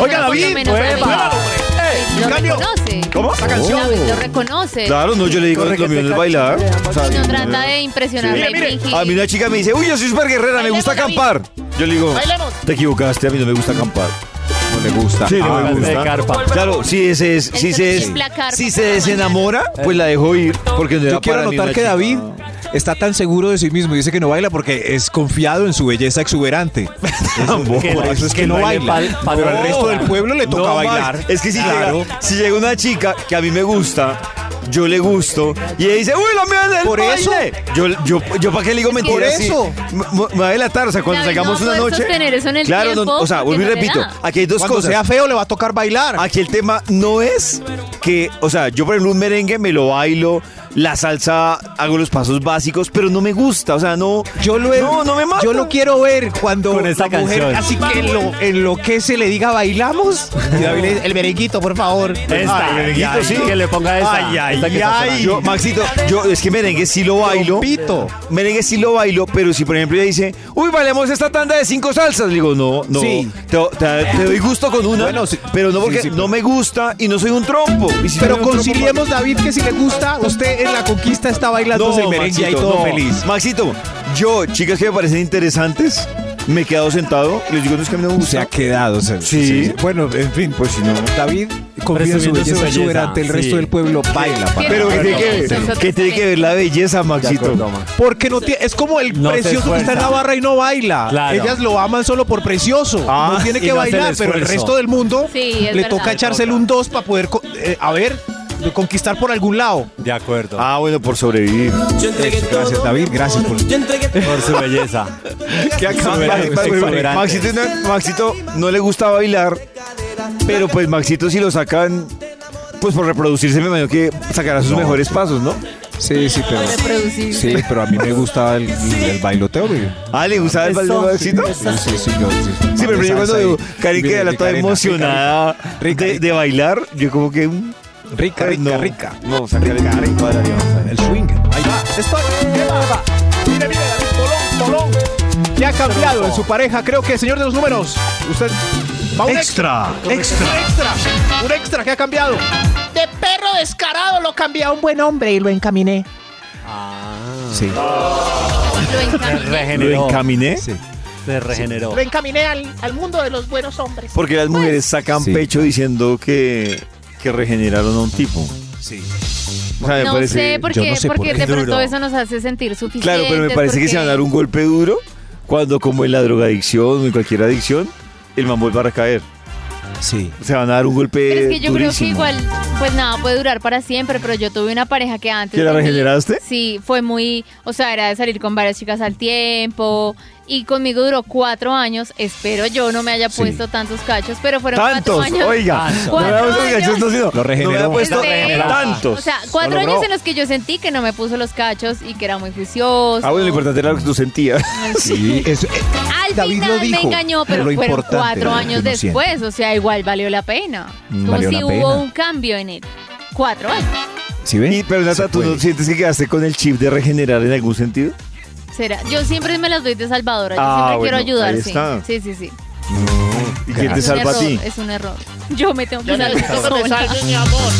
[SPEAKER 3] Oiga,
[SPEAKER 5] pero por lo
[SPEAKER 3] David,
[SPEAKER 5] menos
[SPEAKER 3] pues,
[SPEAKER 5] David
[SPEAKER 3] claro, Eh,
[SPEAKER 5] David lo
[SPEAKER 3] cambio.
[SPEAKER 5] reconoce.
[SPEAKER 3] ¿Cómo? Esa canción.
[SPEAKER 5] David lo reconoce.
[SPEAKER 3] Claro, no, yo le digo, lo mío no es bailar. O sea,
[SPEAKER 5] No trata de
[SPEAKER 3] Sí.
[SPEAKER 5] impresionar
[SPEAKER 3] Mire,
[SPEAKER 5] a
[SPEAKER 3] mire, a mí una chica me dice, uy, yo soy super guerrera, me
[SPEAKER 1] Bailemos,
[SPEAKER 3] gusta
[SPEAKER 1] David.
[SPEAKER 3] acampar. Yo le digo,
[SPEAKER 1] Bailemos.
[SPEAKER 3] te equivocaste, a mí no me gusta acampar.
[SPEAKER 4] No le gusta.
[SPEAKER 3] Sí, no
[SPEAKER 4] Ah,
[SPEAKER 3] me
[SPEAKER 10] Carpa de
[SPEAKER 3] gusta.
[SPEAKER 10] carpa.
[SPEAKER 3] Claro, si, ese es- si,
[SPEAKER 5] Él
[SPEAKER 3] se,
[SPEAKER 5] se tiembla carpa
[SPEAKER 3] si
[SPEAKER 5] por
[SPEAKER 3] se
[SPEAKER 5] la
[SPEAKER 3] desenamora, pues la dejo ir. Porque no
[SPEAKER 4] Yo
[SPEAKER 3] era
[SPEAKER 4] quiero
[SPEAKER 3] para mí
[SPEAKER 4] anotar
[SPEAKER 3] una
[SPEAKER 4] que
[SPEAKER 3] chica.
[SPEAKER 4] David está tan seguro de sí mismo y dice que no baila porque es confiado en su belleza exuberante.
[SPEAKER 3] Tampoco.
[SPEAKER 4] Por eso es que no baila.
[SPEAKER 10] pal- pal-
[SPEAKER 4] Pero al
[SPEAKER 10] no.
[SPEAKER 4] resto del pueblo le toca
[SPEAKER 3] No, Max,
[SPEAKER 4] bailar.
[SPEAKER 3] Es que si,
[SPEAKER 4] Claro.
[SPEAKER 3] llega, si llega una chica que a mí me gusta yo le gusto. Y ella dice, uy, la mía del
[SPEAKER 11] Por eso.
[SPEAKER 3] baile". Yo, yo, yo para qué le digo
[SPEAKER 11] Es que-
[SPEAKER 3] mentiras.
[SPEAKER 11] Por
[SPEAKER 3] sí.
[SPEAKER 11] eso.
[SPEAKER 3] Me, me voy a delatar, o sea, cuando
[SPEAKER 11] David, no
[SPEAKER 3] salgamos
[SPEAKER 11] va a
[SPEAKER 3] una
[SPEAKER 11] poder
[SPEAKER 3] noche.
[SPEAKER 11] sostener eso en el
[SPEAKER 3] claro, no-
[SPEAKER 11] tiempo
[SPEAKER 3] o sea, vuelvo
[SPEAKER 11] porque
[SPEAKER 3] y
[SPEAKER 11] no le
[SPEAKER 3] repito,
[SPEAKER 11] da.
[SPEAKER 3] aquí hay dos
[SPEAKER 11] Cuando
[SPEAKER 3] cosas.
[SPEAKER 11] sea
[SPEAKER 3] feo le va a tocar bailar. Aquí el tema no es que, o sea, yo por ejemplo un merengue me lo bailo, la salsa hago los pasos básicos, pero no me gusta, o sea, no Yo lo No, no me mata. Yo lo quiero ver cuando
[SPEAKER 7] Con esta
[SPEAKER 3] la
[SPEAKER 7] canción.
[SPEAKER 3] así que lo
[SPEAKER 7] enloquece, le diga bailamos.
[SPEAKER 3] Y David le dice,
[SPEAKER 7] el merenguito, por favor. Esta,
[SPEAKER 3] Ay,
[SPEAKER 7] merenguito,
[SPEAKER 3] ay,
[SPEAKER 7] sí. Que le ponga esa.
[SPEAKER 3] Ay, ay,
[SPEAKER 7] esta que está
[SPEAKER 3] ay.
[SPEAKER 7] sonando.
[SPEAKER 3] Yo, Maxito, yo es que merengue sí lo bailo. Merengue sí lo bailo, pero si por ejemplo ella dice, uy, bailemos esta tanda de cinco salsas, le digo, no, no.
[SPEAKER 4] Sí.
[SPEAKER 3] Te, te- te doy gusto con una, pero no porque
[SPEAKER 4] sí, sí,
[SPEAKER 3] no me gusta y no soy un trompo. Y si
[SPEAKER 11] Pero
[SPEAKER 3] soy un trompo,
[SPEAKER 11] conciliemos, David, que si le gusta, usted en la conquista está bailando el merengue y
[SPEAKER 3] Maxito,
[SPEAKER 11] todo
[SPEAKER 3] no.
[SPEAKER 11] feliz.
[SPEAKER 3] Maxito, yo, chicas que me parecen interesantes, me he quedado sentado, les digo, no es que a mí no me gusta.
[SPEAKER 4] Se ha quedado. se-
[SPEAKER 3] Sí.
[SPEAKER 4] se- Bueno, en fin, pues si no. David confía en
[SPEAKER 3] Presumiendo
[SPEAKER 4] su
[SPEAKER 3] su
[SPEAKER 4] belleza exuberante. El
[SPEAKER 3] belleza,
[SPEAKER 4] resto
[SPEAKER 3] sí.
[SPEAKER 4] del pueblo baila. para-
[SPEAKER 3] Pero ¿qué
[SPEAKER 4] para-
[SPEAKER 3] tiene que ver?
[SPEAKER 4] Sí.
[SPEAKER 3] ¿Qué tiene que ver la belleza, Maxito?
[SPEAKER 11] Porque no tiene, es como el
[SPEAKER 3] No se
[SPEAKER 11] precioso que está en la
[SPEAKER 3] esfuerza.
[SPEAKER 11] barra y no baila.
[SPEAKER 3] Claro.
[SPEAKER 11] Ellas lo aman solo por precioso.
[SPEAKER 3] Ah,
[SPEAKER 11] no tiene
[SPEAKER 3] y
[SPEAKER 11] que
[SPEAKER 3] no hace el
[SPEAKER 11] bailar, pero el
[SPEAKER 3] esfuerzo.
[SPEAKER 11] resto del mundo
[SPEAKER 5] Sí, es
[SPEAKER 11] le
[SPEAKER 5] verdad.
[SPEAKER 11] toca echárselo un dos para poder, co- eh, a ver, de conquistar por algún lado.
[SPEAKER 3] De acuerdo. Ah, bueno, por sobrevivir.
[SPEAKER 4] Gracias, David. Gracias por,
[SPEAKER 3] Por su belleza.
[SPEAKER 4] Exuberante, exuberante.
[SPEAKER 3] Maxito, no, Maxito no le gusta bailar, pero pues Maxito si lo sacan, pues por reproducirse me imagino que sacará sus mejores pasos, ¿no?
[SPEAKER 4] Sí, sí, pero...
[SPEAKER 5] Reproducir.
[SPEAKER 4] Sí, pero a mí me gusta el, el bailoteo. güey.
[SPEAKER 3] Ah, ¿le gustaba el
[SPEAKER 4] Eso,
[SPEAKER 3] baile Maxito?
[SPEAKER 4] Sí, sí, sí. yo- sí,
[SPEAKER 3] Sí, pero yo cuando digo, Cari que la toda
[SPEAKER 4] Karina,
[SPEAKER 3] emocionada de, de bailar, yo como que... mm,
[SPEAKER 4] Rica,
[SPEAKER 3] ay,
[SPEAKER 4] rica,
[SPEAKER 3] no.
[SPEAKER 4] rica.
[SPEAKER 3] No, o sea, rica,
[SPEAKER 4] El swing.
[SPEAKER 11] Ahí va. Estoy. ¿Qué más va? Mire, mire, David, Tolón, Tolón. ¿Qué ha cambiado en su pareja? Creo que, señor de los números, usted. Va un
[SPEAKER 3] Extra,
[SPEAKER 11] extra. extra. Un extra que ha cambiado.
[SPEAKER 1] De perro descarado lo cambié a un buen hombre y lo encaminé.
[SPEAKER 4] Sí.
[SPEAKER 1] Lo encaminé.
[SPEAKER 3] ¿Lo encaminé?
[SPEAKER 7] Se regeneró.
[SPEAKER 1] Lo encaminé al, al mundo de los buenos hombres.
[SPEAKER 3] Porque las
[SPEAKER 5] Pues,
[SPEAKER 3] mujeres sacan pecho diciendo que, que regeneraron a un tipo.
[SPEAKER 4] Sí.
[SPEAKER 3] O sea, me
[SPEAKER 5] no
[SPEAKER 3] parece-
[SPEAKER 5] sé, porque, porque de pronto
[SPEAKER 3] Duro.
[SPEAKER 5] eso nos hace sentir suficiente.
[SPEAKER 3] Claro, pero me parece que se van a dar un golpe duro cuando, como en la drogadicción o en cualquier adicción, el man vuelva a recaer.
[SPEAKER 4] Sí.
[SPEAKER 3] Se van a dar un golpe
[SPEAKER 5] Pero es que yo creo que
[SPEAKER 3] durísimo.
[SPEAKER 5] igual, pues nada, puede durar para siempre, pero yo tuve una pareja que antes...
[SPEAKER 3] ¿Que la
[SPEAKER 5] de mí-
[SPEAKER 3] regeneraste?
[SPEAKER 5] Sí, fue muy, o sea, era de salir con varias chicas al tiempo y conmigo duró cuatro años, espero yo no me haya puesto tantos cachos, pero fueron cuatro
[SPEAKER 3] Tantos,
[SPEAKER 5] años.
[SPEAKER 10] Ah,
[SPEAKER 3] oiga. No me
[SPEAKER 5] Cuatro
[SPEAKER 3] había puesto
[SPEAKER 5] años.
[SPEAKER 3] cachos, no, sino-
[SPEAKER 4] Lo regeneró.
[SPEAKER 3] No me había puesto
[SPEAKER 5] Sí.
[SPEAKER 3] tantos.
[SPEAKER 5] Este, O sea, cuatro años en los que yo sentí que no me puso los cachos y que era muy juicioso.
[SPEAKER 3] Ah, bueno, lo importante era lo que tú sentías.
[SPEAKER 4] Sí, eso, eh,
[SPEAKER 5] Al
[SPEAKER 4] David
[SPEAKER 5] final
[SPEAKER 4] lo dijo,
[SPEAKER 5] me engañó, pero
[SPEAKER 4] lo
[SPEAKER 5] fueron
[SPEAKER 4] importante,
[SPEAKER 5] cuatro
[SPEAKER 4] lo que
[SPEAKER 5] años
[SPEAKER 4] uno siente.
[SPEAKER 5] después. O sea, igual valió la pena.
[SPEAKER 4] Mm,
[SPEAKER 5] Como
[SPEAKER 4] valió
[SPEAKER 5] si
[SPEAKER 4] la
[SPEAKER 5] hubo
[SPEAKER 4] pena.
[SPEAKER 5] un cambio en él. Cuatro años.
[SPEAKER 4] ¿Sí ven?
[SPEAKER 3] Y, pero Nata, ¿tú no sientes que quedaste con el chip de regenerar en algún sentido?
[SPEAKER 5] Será. Yo siempre me las doy de salvadora. Yo
[SPEAKER 3] Ah,
[SPEAKER 5] siempre
[SPEAKER 3] bueno,
[SPEAKER 5] quiero ayudar.
[SPEAKER 3] ahí
[SPEAKER 5] sí.
[SPEAKER 3] está.
[SPEAKER 5] sí, sí, sí.
[SPEAKER 3] ¿Y quién te
[SPEAKER 5] Es un
[SPEAKER 3] salva a ti?
[SPEAKER 5] error, Es un error. Yo me tengo que
[SPEAKER 1] necesito
[SPEAKER 5] salvar.
[SPEAKER 1] que me salve mi
[SPEAKER 5] amor.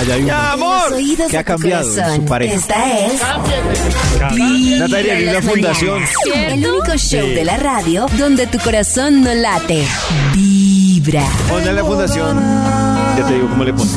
[SPEAKER 4] Allá hay uno.
[SPEAKER 2] Oídos
[SPEAKER 4] ¿Qué
[SPEAKER 2] de
[SPEAKER 4] ha
[SPEAKER 2] tu
[SPEAKER 4] cambiado en
[SPEAKER 2] corazón.
[SPEAKER 4] su pareja?
[SPEAKER 2] Esta es.
[SPEAKER 3] Natalia, que es la fundación.
[SPEAKER 2] El único show de la radio donde tu corazón no late. Vibra.
[SPEAKER 3] Onda la fundación. Ya te digo cómo le pones.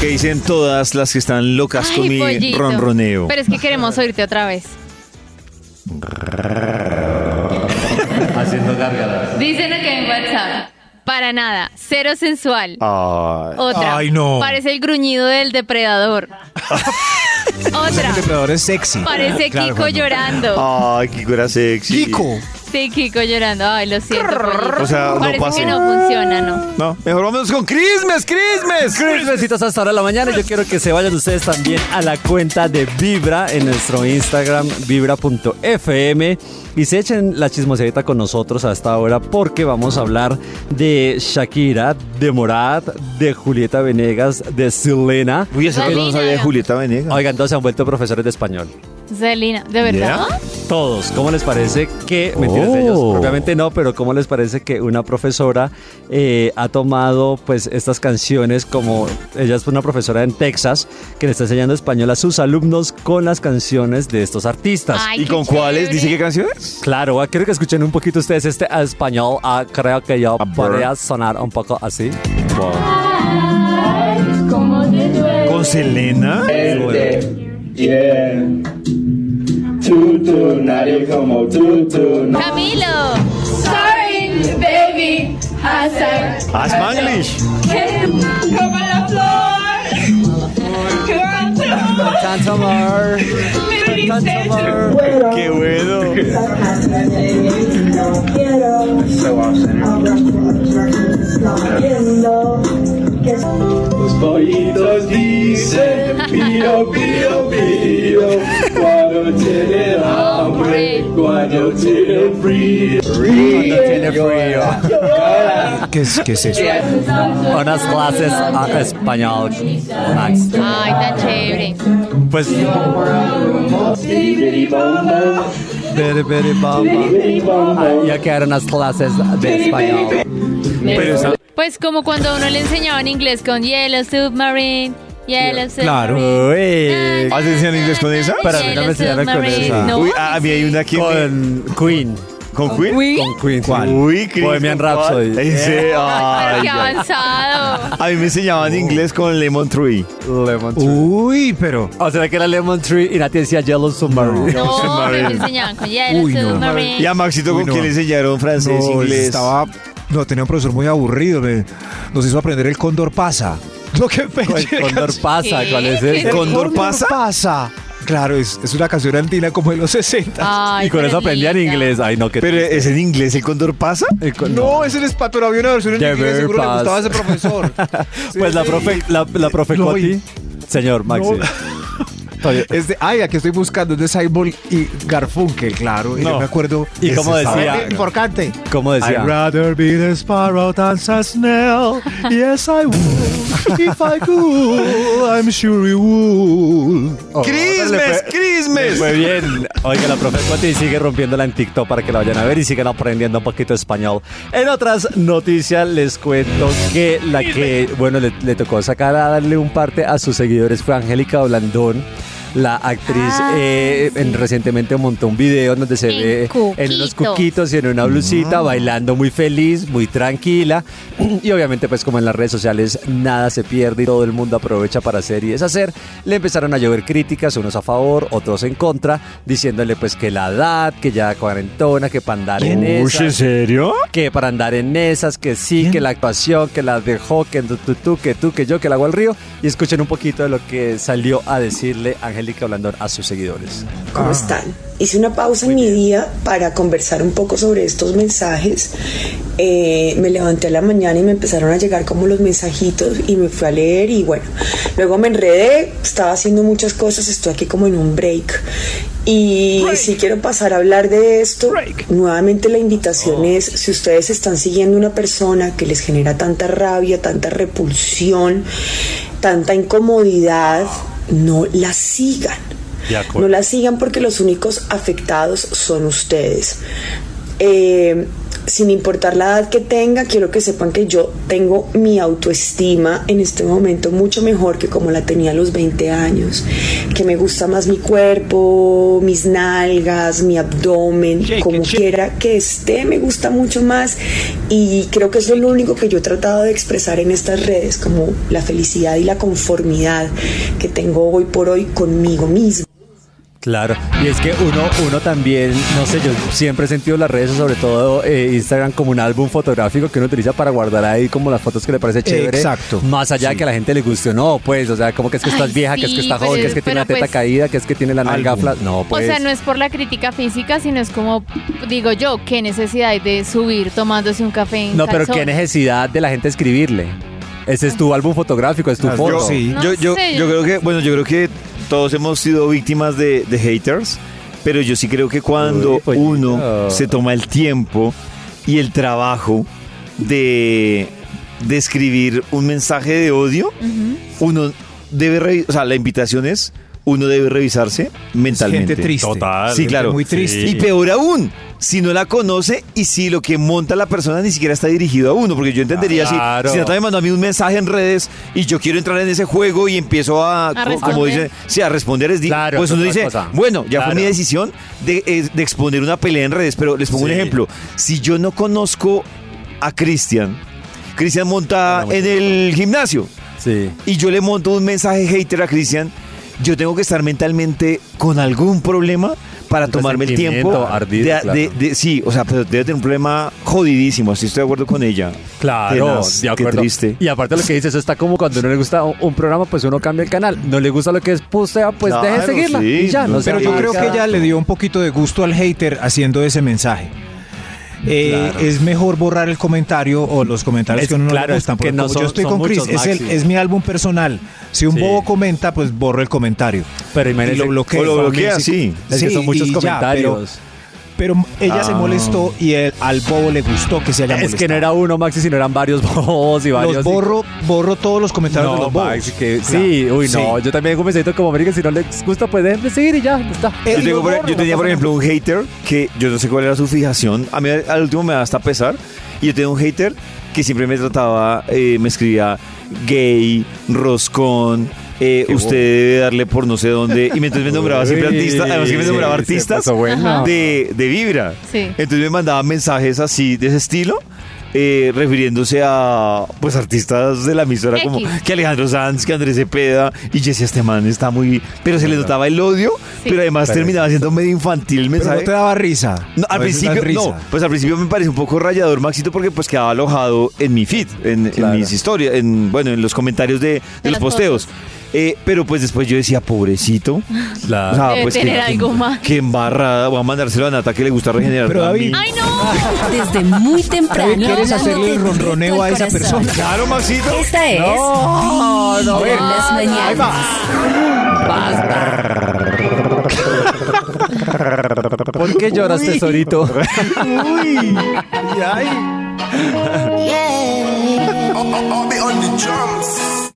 [SPEAKER 3] Que dicen todas las que están locas con mi
[SPEAKER 5] Pollito.
[SPEAKER 3] ronroneo.
[SPEAKER 5] Pero es que queremos oírte otra vez.
[SPEAKER 7] Haciendo
[SPEAKER 3] Ah.
[SPEAKER 7] gárgaras.
[SPEAKER 5] Dicen acá en WhatsApp. Para nada. Cero sensual. Otra.
[SPEAKER 4] Ay, no.
[SPEAKER 5] Parece el gruñido del depredador. Otra.
[SPEAKER 4] El depredador es sexy.
[SPEAKER 5] Parece
[SPEAKER 3] Claro,
[SPEAKER 5] Kiko
[SPEAKER 3] cuando-
[SPEAKER 5] llorando.
[SPEAKER 3] Ay, Kiko era sexy. Kiko.
[SPEAKER 5] Sí, Kiko llorando. Ay, lo siento. Polito.
[SPEAKER 3] O sea, Pues, ah, no
[SPEAKER 5] Parece
[SPEAKER 3] pase.
[SPEAKER 5] que no funciona, ¿no?
[SPEAKER 3] No, mejor vámonos con Christmas, Christmas.
[SPEAKER 10] Chismecitos hasta ahora de la mañana. Yo quiero que se vayan ustedes también a la cuenta de Vibra en nuestro Instagram, vibra.fm. Y se echen la chismoseadita con nosotros hasta ahora porque vamos a hablar de Shakira, de Morat, de Julieta Venegas, de Selena.
[SPEAKER 3] Uy, esa cosa no sabía de Julieta Venegas.
[SPEAKER 10] Oigan, todos se han vuelto profesores de español.
[SPEAKER 5] Selena, ¿de verdad?
[SPEAKER 10] todos. ¿Cómo les parece que, mentiras de ellos,
[SPEAKER 7] Oh.
[SPEAKER 10] propiamente no, pero cómo les parece que una profesora eh, ha tomado pues estas canciones como, ella es una profesora en Texas que le está enseñando español a sus alumnos con las canciones de estos artistas.
[SPEAKER 5] Ay, ¿Y qué con cuáles? ¿Dice
[SPEAKER 10] qué canciones? Claro, va, quiero que escuchen un poquito ustedes este español. Ah, creo que yo podría sonar un poco así.
[SPEAKER 3] ¿Con Selena?
[SPEAKER 15] Tutu, nadie como tutu. no.
[SPEAKER 5] Camilo.
[SPEAKER 16] Sorry, baby. Hazard.
[SPEAKER 3] Ah, Spanglish.
[SPEAKER 16] Como la flor.
[SPEAKER 7] Chantamar.
[SPEAKER 3] Qué bueno.
[SPEAKER 15] Los pollitos dicen pío, pío, pío. Cuando tiene hambre, cuando tiene frío. Cuando tiene frío.
[SPEAKER 4] ¿Qué es, qué es eso?
[SPEAKER 10] Unas clases a español. Max.
[SPEAKER 5] Ay, tan chévere.
[SPEAKER 10] Pues. Ah, Ya quedaron las clases de español. Pero
[SPEAKER 5] Pues como cuando a uno le enseñaba en inglés con Yellow Submarine. Yellow Submarine.
[SPEAKER 3] Claro.
[SPEAKER 10] eh.
[SPEAKER 3] ¿Has enseñado inglés con esa?
[SPEAKER 5] Para mí no me enseñaron con esa. No,
[SPEAKER 3] Uy, a a mí hay una que
[SPEAKER 10] Con Queen.
[SPEAKER 3] ¿Con Queen?
[SPEAKER 10] Con Queen.
[SPEAKER 3] ¿Cuál?
[SPEAKER 10] Bohemian Rhapsody.
[SPEAKER 3] Ahí se-
[SPEAKER 5] Pero
[SPEAKER 3] ay,
[SPEAKER 5] qué
[SPEAKER 3] ya.
[SPEAKER 5] avanzado.
[SPEAKER 3] A mí me enseñaban inglés con Lemon Tree.
[SPEAKER 10] Lemon
[SPEAKER 3] Tree.
[SPEAKER 4] Uy, pero.
[SPEAKER 10] O sea que era Lemon Tree y Nati decía Yellow Submarine.
[SPEAKER 5] No, me enseñaban con Yellow Submarine.
[SPEAKER 3] Y a Maxito, ¿con
[SPEAKER 4] Uy, no.
[SPEAKER 3] quién le enseñaron francés,
[SPEAKER 4] No,
[SPEAKER 3] inglés?
[SPEAKER 4] Estaba, no, tenía un profesor muy aburrido. me- nos hizo aprender el cóndor pasa. Lo que
[SPEAKER 10] El cóndor pasa, ¿cuál es
[SPEAKER 4] el
[SPEAKER 10] ese? ¿El cóndor
[SPEAKER 4] pasa? Claro, es, es una canción andina como de los 60.
[SPEAKER 10] y con eso aprendían inglés. Ay, no, que
[SPEAKER 3] Pero es en inglés el cóndor pasa.
[SPEAKER 4] No, ese es pero había una versión en
[SPEAKER 10] The
[SPEAKER 4] inglés,
[SPEAKER 10] Bear
[SPEAKER 4] seguro le
[SPEAKER 10] Pass.
[SPEAKER 4] gustaba a ese profesor.
[SPEAKER 10] Pues la profe, la, la profe
[SPEAKER 4] No,
[SPEAKER 10] Coti.
[SPEAKER 4] y-
[SPEAKER 10] Señor Maxi.
[SPEAKER 4] Es de, ay, aquí estoy buscando, es de Cyborg y Garfunkel, claro. Y
[SPEAKER 10] No.
[SPEAKER 4] yo me acuerdo.
[SPEAKER 10] ¿Y
[SPEAKER 4] ese
[SPEAKER 10] cómo
[SPEAKER 4] estaba-
[SPEAKER 10] decía?
[SPEAKER 1] Importante.
[SPEAKER 10] ¿Cómo decía?
[SPEAKER 4] I'd rather be the sparrow than a snail. Yes, I would. If I could, I'm sure you would.
[SPEAKER 10] Oh,
[SPEAKER 3] ¡Crismes! ¡Crismes!
[SPEAKER 10] Muy bien. Oiga, la profe Coti sigue rompiéndola en TikTok para que la vayan a ver y sigan aprendiendo un poquito de español. En otras noticias les cuento que la que, bueno, le, le tocó sacar a darle un parte a sus seguidores fue Angélica Blandón. La actriz eh, en- recientemente montó un video donde se
[SPEAKER 5] En
[SPEAKER 10] ve en unos
[SPEAKER 5] cuquitos.
[SPEAKER 10] cuquitos y en una blusita bailando muy feliz, muy tranquila. Y obviamente pues como en las redes sociales nada se pierde y todo el mundo aprovecha para hacer y deshacer, le empezaron a llover críticas, unos a favor, otros en contra, diciéndole pues que la edad, que ya cuarentona, que para andar en
[SPEAKER 3] Uy,
[SPEAKER 10] esas.
[SPEAKER 3] ¿en serio?
[SPEAKER 10] Que para andar en esas, que sí, que la actuación, que la dejó, que tú, tú, tú, que tú, que yo, que la hago al río. Y escuchen un poquito de lo que salió a decirle Angélica Blandón a sus seguidores.
[SPEAKER 17] ¿Cómo están? Hice una pausa en mi día para conversar un poco sobre estos mensajes. Eh, me levanté a la mañana y me empezaron a llegar como los mensajitos y me fui a leer y bueno, luego me enredé, estaba haciendo muchas cosas, estoy aquí como en un break. Y si quiero pasar a hablar de esto, nuevamente la invitación es, si ustedes están siguiendo una persona que les genera tanta rabia, tanta repulsión, tanta incomodidad, no la sigan. No la sigan porque los únicos afectados son ustedes. Eh, sin importar la edad que tenga, quiero que sepan que yo tengo mi autoestima en este momento mucho mejor que como la tenía a los 20 años, que me gusta más mi cuerpo, mis nalgas, mi abdomen, como quiera que esté, me gusta mucho más y creo que eso es lo único que yo he tratado de expresar en estas redes, como la felicidad y la conformidad que tengo hoy por hoy conmigo misma.
[SPEAKER 10] Claro, y es que uno, uno también, no sé, yo siempre he sentido las redes, sobre todo eh, Instagram, como un álbum fotográfico que uno utiliza para guardar ahí como las fotos que le parece chévere.
[SPEAKER 4] Exacto.
[SPEAKER 10] Más allá de que a la gente le guste o no, pues, o sea, como que es que estás
[SPEAKER 5] Ay,
[SPEAKER 10] vieja, que es que
[SPEAKER 5] sí,
[SPEAKER 10] está joven,
[SPEAKER 5] pero-
[SPEAKER 10] que es que tiene la
[SPEAKER 5] pero
[SPEAKER 10] teta
[SPEAKER 5] pues-
[SPEAKER 10] caída, que es que tiene la nalga
[SPEAKER 5] Álbum.
[SPEAKER 10] flat. No, pues.
[SPEAKER 5] O sea, no es por la crítica física, sino es como, digo yo, qué necesidad hay de subir tomándose un café en
[SPEAKER 10] no, pero
[SPEAKER 5] calzones?
[SPEAKER 10] qué necesidad de la gente escribirle. Ese es tu álbum fotográfico, es tu foto.
[SPEAKER 3] Yo, yo, yo,
[SPEAKER 5] sé.
[SPEAKER 3] yo creo que, bueno, yo creo que todos hemos sido víctimas de, de haters, pero yo sí creo que cuando
[SPEAKER 10] Uy, pollito.
[SPEAKER 3] uno se toma el tiempo y el trabajo de, de escribir un mensaje de odio, uno debe, re- o sea, la invitación es, uno debe revisarse mentalmente.
[SPEAKER 4] gente triste. Total,
[SPEAKER 3] Sí, claro.
[SPEAKER 4] gente muy triste.
[SPEAKER 3] Y peor aún, si no la conoce y si lo que monta la persona ni siquiera está dirigido a uno, porque yo entendería si-
[SPEAKER 7] Claro.
[SPEAKER 3] si, Natalia me mandó a mí un mensaje en redes y yo quiero entrar en ese juego y empiezo a, co- como
[SPEAKER 7] responder.
[SPEAKER 3] dice, sí, a responder es di- pues uno
[SPEAKER 7] otra
[SPEAKER 3] dice,
[SPEAKER 7] cosa.
[SPEAKER 3] bueno, ya
[SPEAKER 7] Claro.
[SPEAKER 3] fue mi decisión de, eh, de exponer una pelea en redes, pero les pongo un
[SPEAKER 7] Sí.
[SPEAKER 3] ejemplo. Si yo no conozco a Cristian, Cristian monta en el gimnasio y yo le monto un mensaje hater a Cristian, yo tengo que estar mentalmente con algún problema para tomarme el tiempo
[SPEAKER 7] Pues sentimiento, ardido,
[SPEAKER 3] de-
[SPEAKER 7] claro.
[SPEAKER 3] de- de- sí, o sea, pero debe tener un problema jodidísimo, así estoy de acuerdo con ella.
[SPEAKER 10] Claro,
[SPEAKER 3] Tenaz,
[SPEAKER 10] de acuerdo.
[SPEAKER 3] Qué triste.
[SPEAKER 10] Y aparte lo que dices, eso está como cuando no le gusta un, un programa, pues uno cambia el canal. No le gusta lo que es postea, pues
[SPEAKER 4] Claro,
[SPEAKER 10] deje de seguirla.
[SPEAKER 4] sí,
[SPEAKER 10] y ya, no, se
[SPEAKER 4] Pero yo creo
[SPEAKER 10] aplica.
[SPEAKER 4] que ella le dio un poquito de gusto al hater haciendo ese mensaje. Eh,
[SPEAKER 10] Claro.
[SPEAKER 4] Es mejor borrar el comentario o los comentarios
[SPEAKER 10] Es-
[SPEAKER 4] que a uno no
[SPEAKER 10] claro,
[SPEAKER 4] le
[SPEAKER 10] es
[SPEAKER 4] gustan.
[SPEAKER 10] que
[SPEAKER 4] porque
[SPEAKER 10] no
[SPEAKER 4] como
[SPEAKER 10] son-
[SPEAKER 4] yo estoy
[SPEAKER 10] son
[SPEAKER 4] con Chris,
[SPEAKER 10] muchos,
[SPEAKER 4] es, el-
[SPEAKER 10] Maxi.
[SPEAKER 4] es mi álbum personal. Si un bobo comenta, pues borro el comentario.
[SPEAKER 10] Pero
[SPEAKER 4] y
[SPEAKER 10] imagínese-
[SPEAKER 4] lo bloqueo.
[SPEAKER 10] o lo
[SPEAKER 4] Son
[SPEAKER 10] bloquea,
[SPEAKER 4] mil-
[SPEAKER 10] sí. Es que son muchos
[SPEAKER 4] y
[SPEAKER 10] comentarios.
[SPEAKER 4] pero, pero ella se
[SPEAKER 10] Ah.
[SPEAKER 4] molestó y el- al bobo le gustó que se haya
[SPEAKER 10] Es
[SPEAKER 4] molestado.
[SPEAKER 10] que no era uno, Maxi, sino eran varios bobos y varios.
[SPEAKER 4] los borro, borro todos los comentarios
[SPEAKER 10] No,
[SPEAKER 4] de los bobos.
[SPEAKER 10] Max, que- sí,
[SPEAKER 4] Claro,
[SPEAKER 10] uy,
[SPEAKER 4] sí.
[SPEAKER 10] no, yo también me siento como América, si no les gusta, pues dejen de seguir y ya, ya está.
[SPEAKER 4] Eh,
[SPEAKER 3] Yo, tengo por- yo tenía, por ejemplo, un hater que yo no sé cuál era su fijación. A mí al último me da hasta pesar. Y yo tenía un hater que siempre me trataba, eh, me escribía gay, roscón. eh, usted debe darle por no sé dónde. Y entonces me nombraba siempre
[SPEAKER 7] Uy,
[SPEAKER 3] artista, además que me nombraba
[SPEAKER 7] se
[SPEAKER 3] artistas
[SPEAKER 7] pasó bueno.
[SPEAKER 3] de, de Vibra.
[SPEAKER 7] Sí.
[SPEAKER 3] Entonces me mandaba mensajes así de ese estilo. eh, refiriéndose a pues artistas de la emisora como
[SPEAKER 7] X.
[SPEAKER 3] que Alejandro Sanz, que Andrés Cepeda y Jesse este man está muy pero se le notaba el odio
[SPEAKER 7] Sí.
[SPEAKER 3] pero además
[SPEAKER 7] Pero-
[SPEAKER 3] terminaba siendo medio infantil el
[SPEAKER 4] Pero
[SPEAKER 3] mensaje.
[SPEAKER 4] no te daba risa.
[SPEAKER 3] No, al
[SPEAKER 4] A veces
[SPEAKER 3] principio,
[SPEAKER 4] dan risa.
[SPEAKER 3] no, pues al principio me pareció un poco rayador, Maxito, porque pues quedaba alojado en mi feed, en, en mis historias, en, bueno, en los comentarios de, de los
[SPEAKER 5] las
[SPEAKER 3] posteos. Eh, pero pues después yo decía, pobrecito. pues,
[SPEAKER 10] Claro.
[SPEAKER 5] Debe tener algo más.
[SPEAKER 3] Qué embarrada, voy a mandárselo a Nata que le gusta regenerar.
[SPEAKER 4] Pero,
[SPEAKER 3] a
[SPEAKER 4] David,
[SPEAKER 3] mí.
[SPEAKER 2] Desde muy temprano.
[SPEAKER 4] David, ¿quieres hacerle el
[SPEAKER 2] hablándote
[SPEAKER 4] ronroneo
[SPEAKER 2] directo
[SPEAKER 4] a
[SPEAKER 2] al
[SPEAKER 4] esa
[SPEAKER 2] corazón.
[SPEAKER 4] persona? Claro, Maxito.
[SPEAKER 2] Esta es.
[SPEAKER 4] No, no,
[SPEAKER 2] Vibra en
[SPEAKER 4] no,
[SPEAKER 2] las
[SPEAKER 4] no,
[SPEAKER 2] mañanas.
[SPEAKER 4] ahí
[SPEAKER 10] ¿Por qué lloras, tesorito?
[SPEAKER 15] Uy.
[SPEAKER 4] Oh,
[SPEAKER 15] Ay. Yeah.